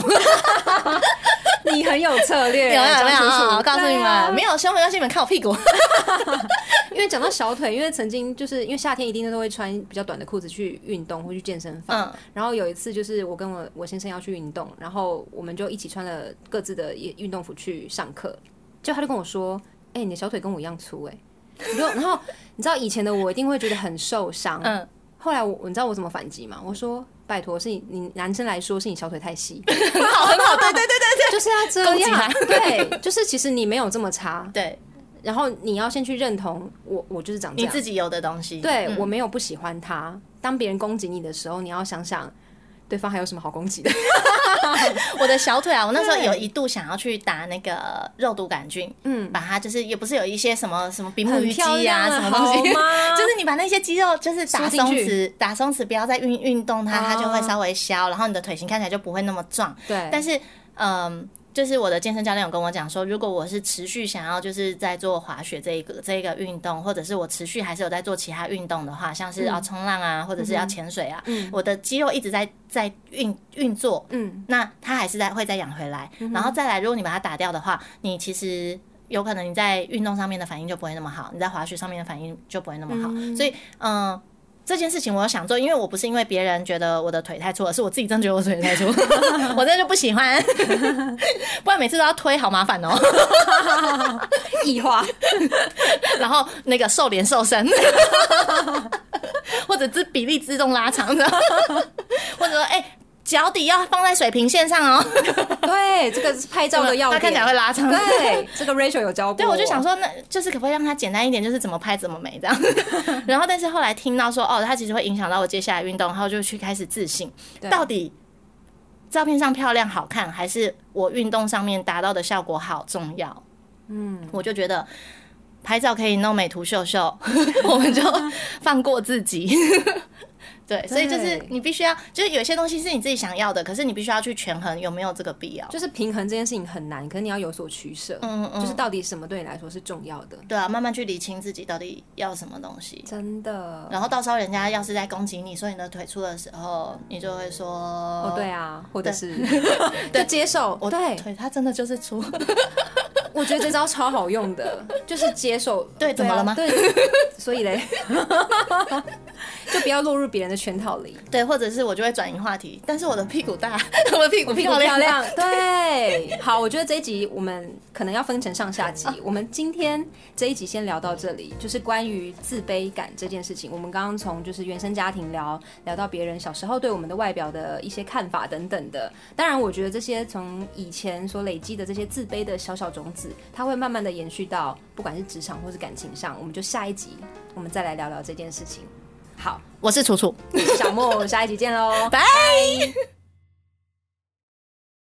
Speaker 2: 你很有策略，
Speaker 1: 有没有？有
Speaker 2: 张
Speaker 1: 没有？
Speaker 2: 楚楚
Speaker 1: 好我告诉你
Speaker 2: 对啊
Speaker 1: 们，没有胸没关系，你们看我屁股。 [LAUGHS]
Speaker 2: 因为讲到小腿，因为曾经就是因为夏天一定都会穿比较短的裤子去运动或去健身房。
Speaker 1: 嗯
Speaker 2: 然后有一次就是我跟我我先生要去运动，然后我们就一起穿了各自的也运动服去上课，就他就跟我说：“哎、你的小腿跟我一样粗哎、我就然后你知道以前的我一定会觉得很受伤，
Speaker 1: 嗯，
Speaker 2: 后来我你知道我怎么反击吗？我说：“拜托，是你你男生来说是你小腿太
Speaker 1: [LAUGHS]
Speaker 2: 细，
Speaker 1: 很好，很好，对对对
Speaker 2: 就是要这
Speaker 1: 攻击
Speaker 2: 样
Speaker 1: 他，
Speaker 2: 对，就是其实你没有这么差，
Speaker 1: 对，
Speaker 2: 然后你要先去认同我我就是长这
Speaker 1: 你
Speaker 2: 样。”
Speaker 1: 自己有的东西。
Speaker 2: 对、
Speaker 1: 嗯
Speaker 2: 我没有不喜欢他。当别人攻击你的时候，你要想想对方还有什么好攻
Speaker 1: [LAUGHS]
Speaker 2: 击的。
Speaker 1: 我的小腿啊，我那时候有一度想要去打那个肉毒杆菌，嗯，
Speaker 2: 嗯
Speaker 1: 把它就是也不是有一些什么什么比目
Speaker 2: 很
Speaker 1: 鱼肌
Speaker 2: 漂亮
Speaker 1: 啊
Speaker 2: 啊
Speaker 1: 什么东西，
Speaker 2: 好吗
Speaker 1: [LAUGHS] 就是你把那些肌肉就是打
Speaker 2: 缩进
Speaker 1: 松
Speaker 2: 去
Speaker 1: 弛，打松弛，不要再运运动它，
Speaker 2: 哦
Speaker 1: 它就会稍微消，然后你的腿型看起来就不会那么壮。
Speaker 2: 对，
Speaker 1: 但是，嗯。就是我的健身教练有跟我讲说，如果我是持续想要就是在做滑雪这一个这一个运动，或者是我持续还是有在做其他运动的话，像
Speaker 2: 嗯
Speaker 1: 是要冲浪啊，或者是要潜水啊，我的肌肉一直在在运运作，
Speaker 2: 嗯，
Speaker 1: 那它还是在会再养回来，然后再来，如果你把它打掉的话，你其实有可能你在运动上面的反应就不会那么好，你在滑雪上面的反应就不会那么好，所以嗯。这件事情我有想做，因为我不是因为别人觉得我的腿太粗，而是我自己真的觉得我腿太
Speaker 2: [LAUGHS]
Speaker 1: 粗，我真的就不喜欢，不然每次都要推，好麻烦哦。
Speaker 2: 异化。
Speaker 1: 然后那个瘦脸瘦
Speaker 2: [LAUGHS]
Speaker 1: 身，或者是比例自动拉长的， [LAUGHS] 或者说哎、脚底要放在水平线上哦，
Speaker 2: 对，这个是拍照的要
Speaker 1: 它看起来
Speaker 2: 点。
Speaker 1: 会拉长。
Speaker 2: 对， [LAUGHS] 这个 Rachel 有教过。
Speaker 1: 对，我就想，说，那就是可不可以让它简单一点，就是怎么拍怎么美这样。 [LAUGHS] 然后，但是后来听到说，哦，它其实会影响到我接下来运动，然后就去开始自信，
Speaker 2: 对
Speaker 1: 到底照片上漂亮好看，还是我运动上面达到的效果好重要？嗯，我就觉得拍照可以弄美图秀秀， [LAUGHS] 我
Speaker 2: [LAUGHS]
Speaker 1: 们就放过自己。 [LAUGHS] 对，所以就是
Speaker 2: 对
Speaker 1: 你必须要，就是有些东西是你自己想要的，可是你必须要去权衡有没有这个必要。
Speaker 2: 就是平衡这件事情很难，可是你要有所取舍。
Speaker 1: 嗯嗯
Speaker 2: 就是到底什么对你来说是重要的？
Speaker 1: 对啊，慢慢去理清自己到底要什么东西。
Speaker 2: 真的。
Speaker 1: 然后到时候人家要是在攻击你说你的腿粗的时候，你就会说
Speaker 2: 哦
Speaker 1: 哦，
Speaker 2: 对啊，或者
Speaker 1: [LAUGHS]
Speaker 2: 是 [LAUGHS] 就接受。
Speaker 1: 我
Speaker 2: 对，
Speaker 1: 腿它真的就是粗， [LAUGHS]
Speaker 2: 我觉得这招超好用的，就是接受。
Speaker 1: 对
Speaker 2: 啊
Speaker 1: 怎么了吗
Speaker 2: 对，所以嘞， [LAUGHS] 就不要落入别人的圈套里。
Speaker 1: 对，或者是我就会转移话题，但是我的屁股大， [LAUGHS] 我的屁股
Speaker 2: 漂
Speaker 1: 漂
Speaker 2: 亮，
Speaker 1: 亮，
Speaker 2: 对，好，我觉得这一集我们可能要分成上下集。我们今天这一集先聊到这里，就是关于自卑感这件事情。我们刚刚从就是原生家庭聊聊到别人小时候对我们的外表的一些看法等等的。当然，我觉得这些从以前所累积的这些自卑的小小种子，它会慢慢的延续到不管是职场或是感情上。我们就下一集我们再来聊聊这件事情。好，
Speaker 1: 我是楚楚，
Speaker 2: 我是小莫，我们下一集见喽。
Speaker 1: 拜。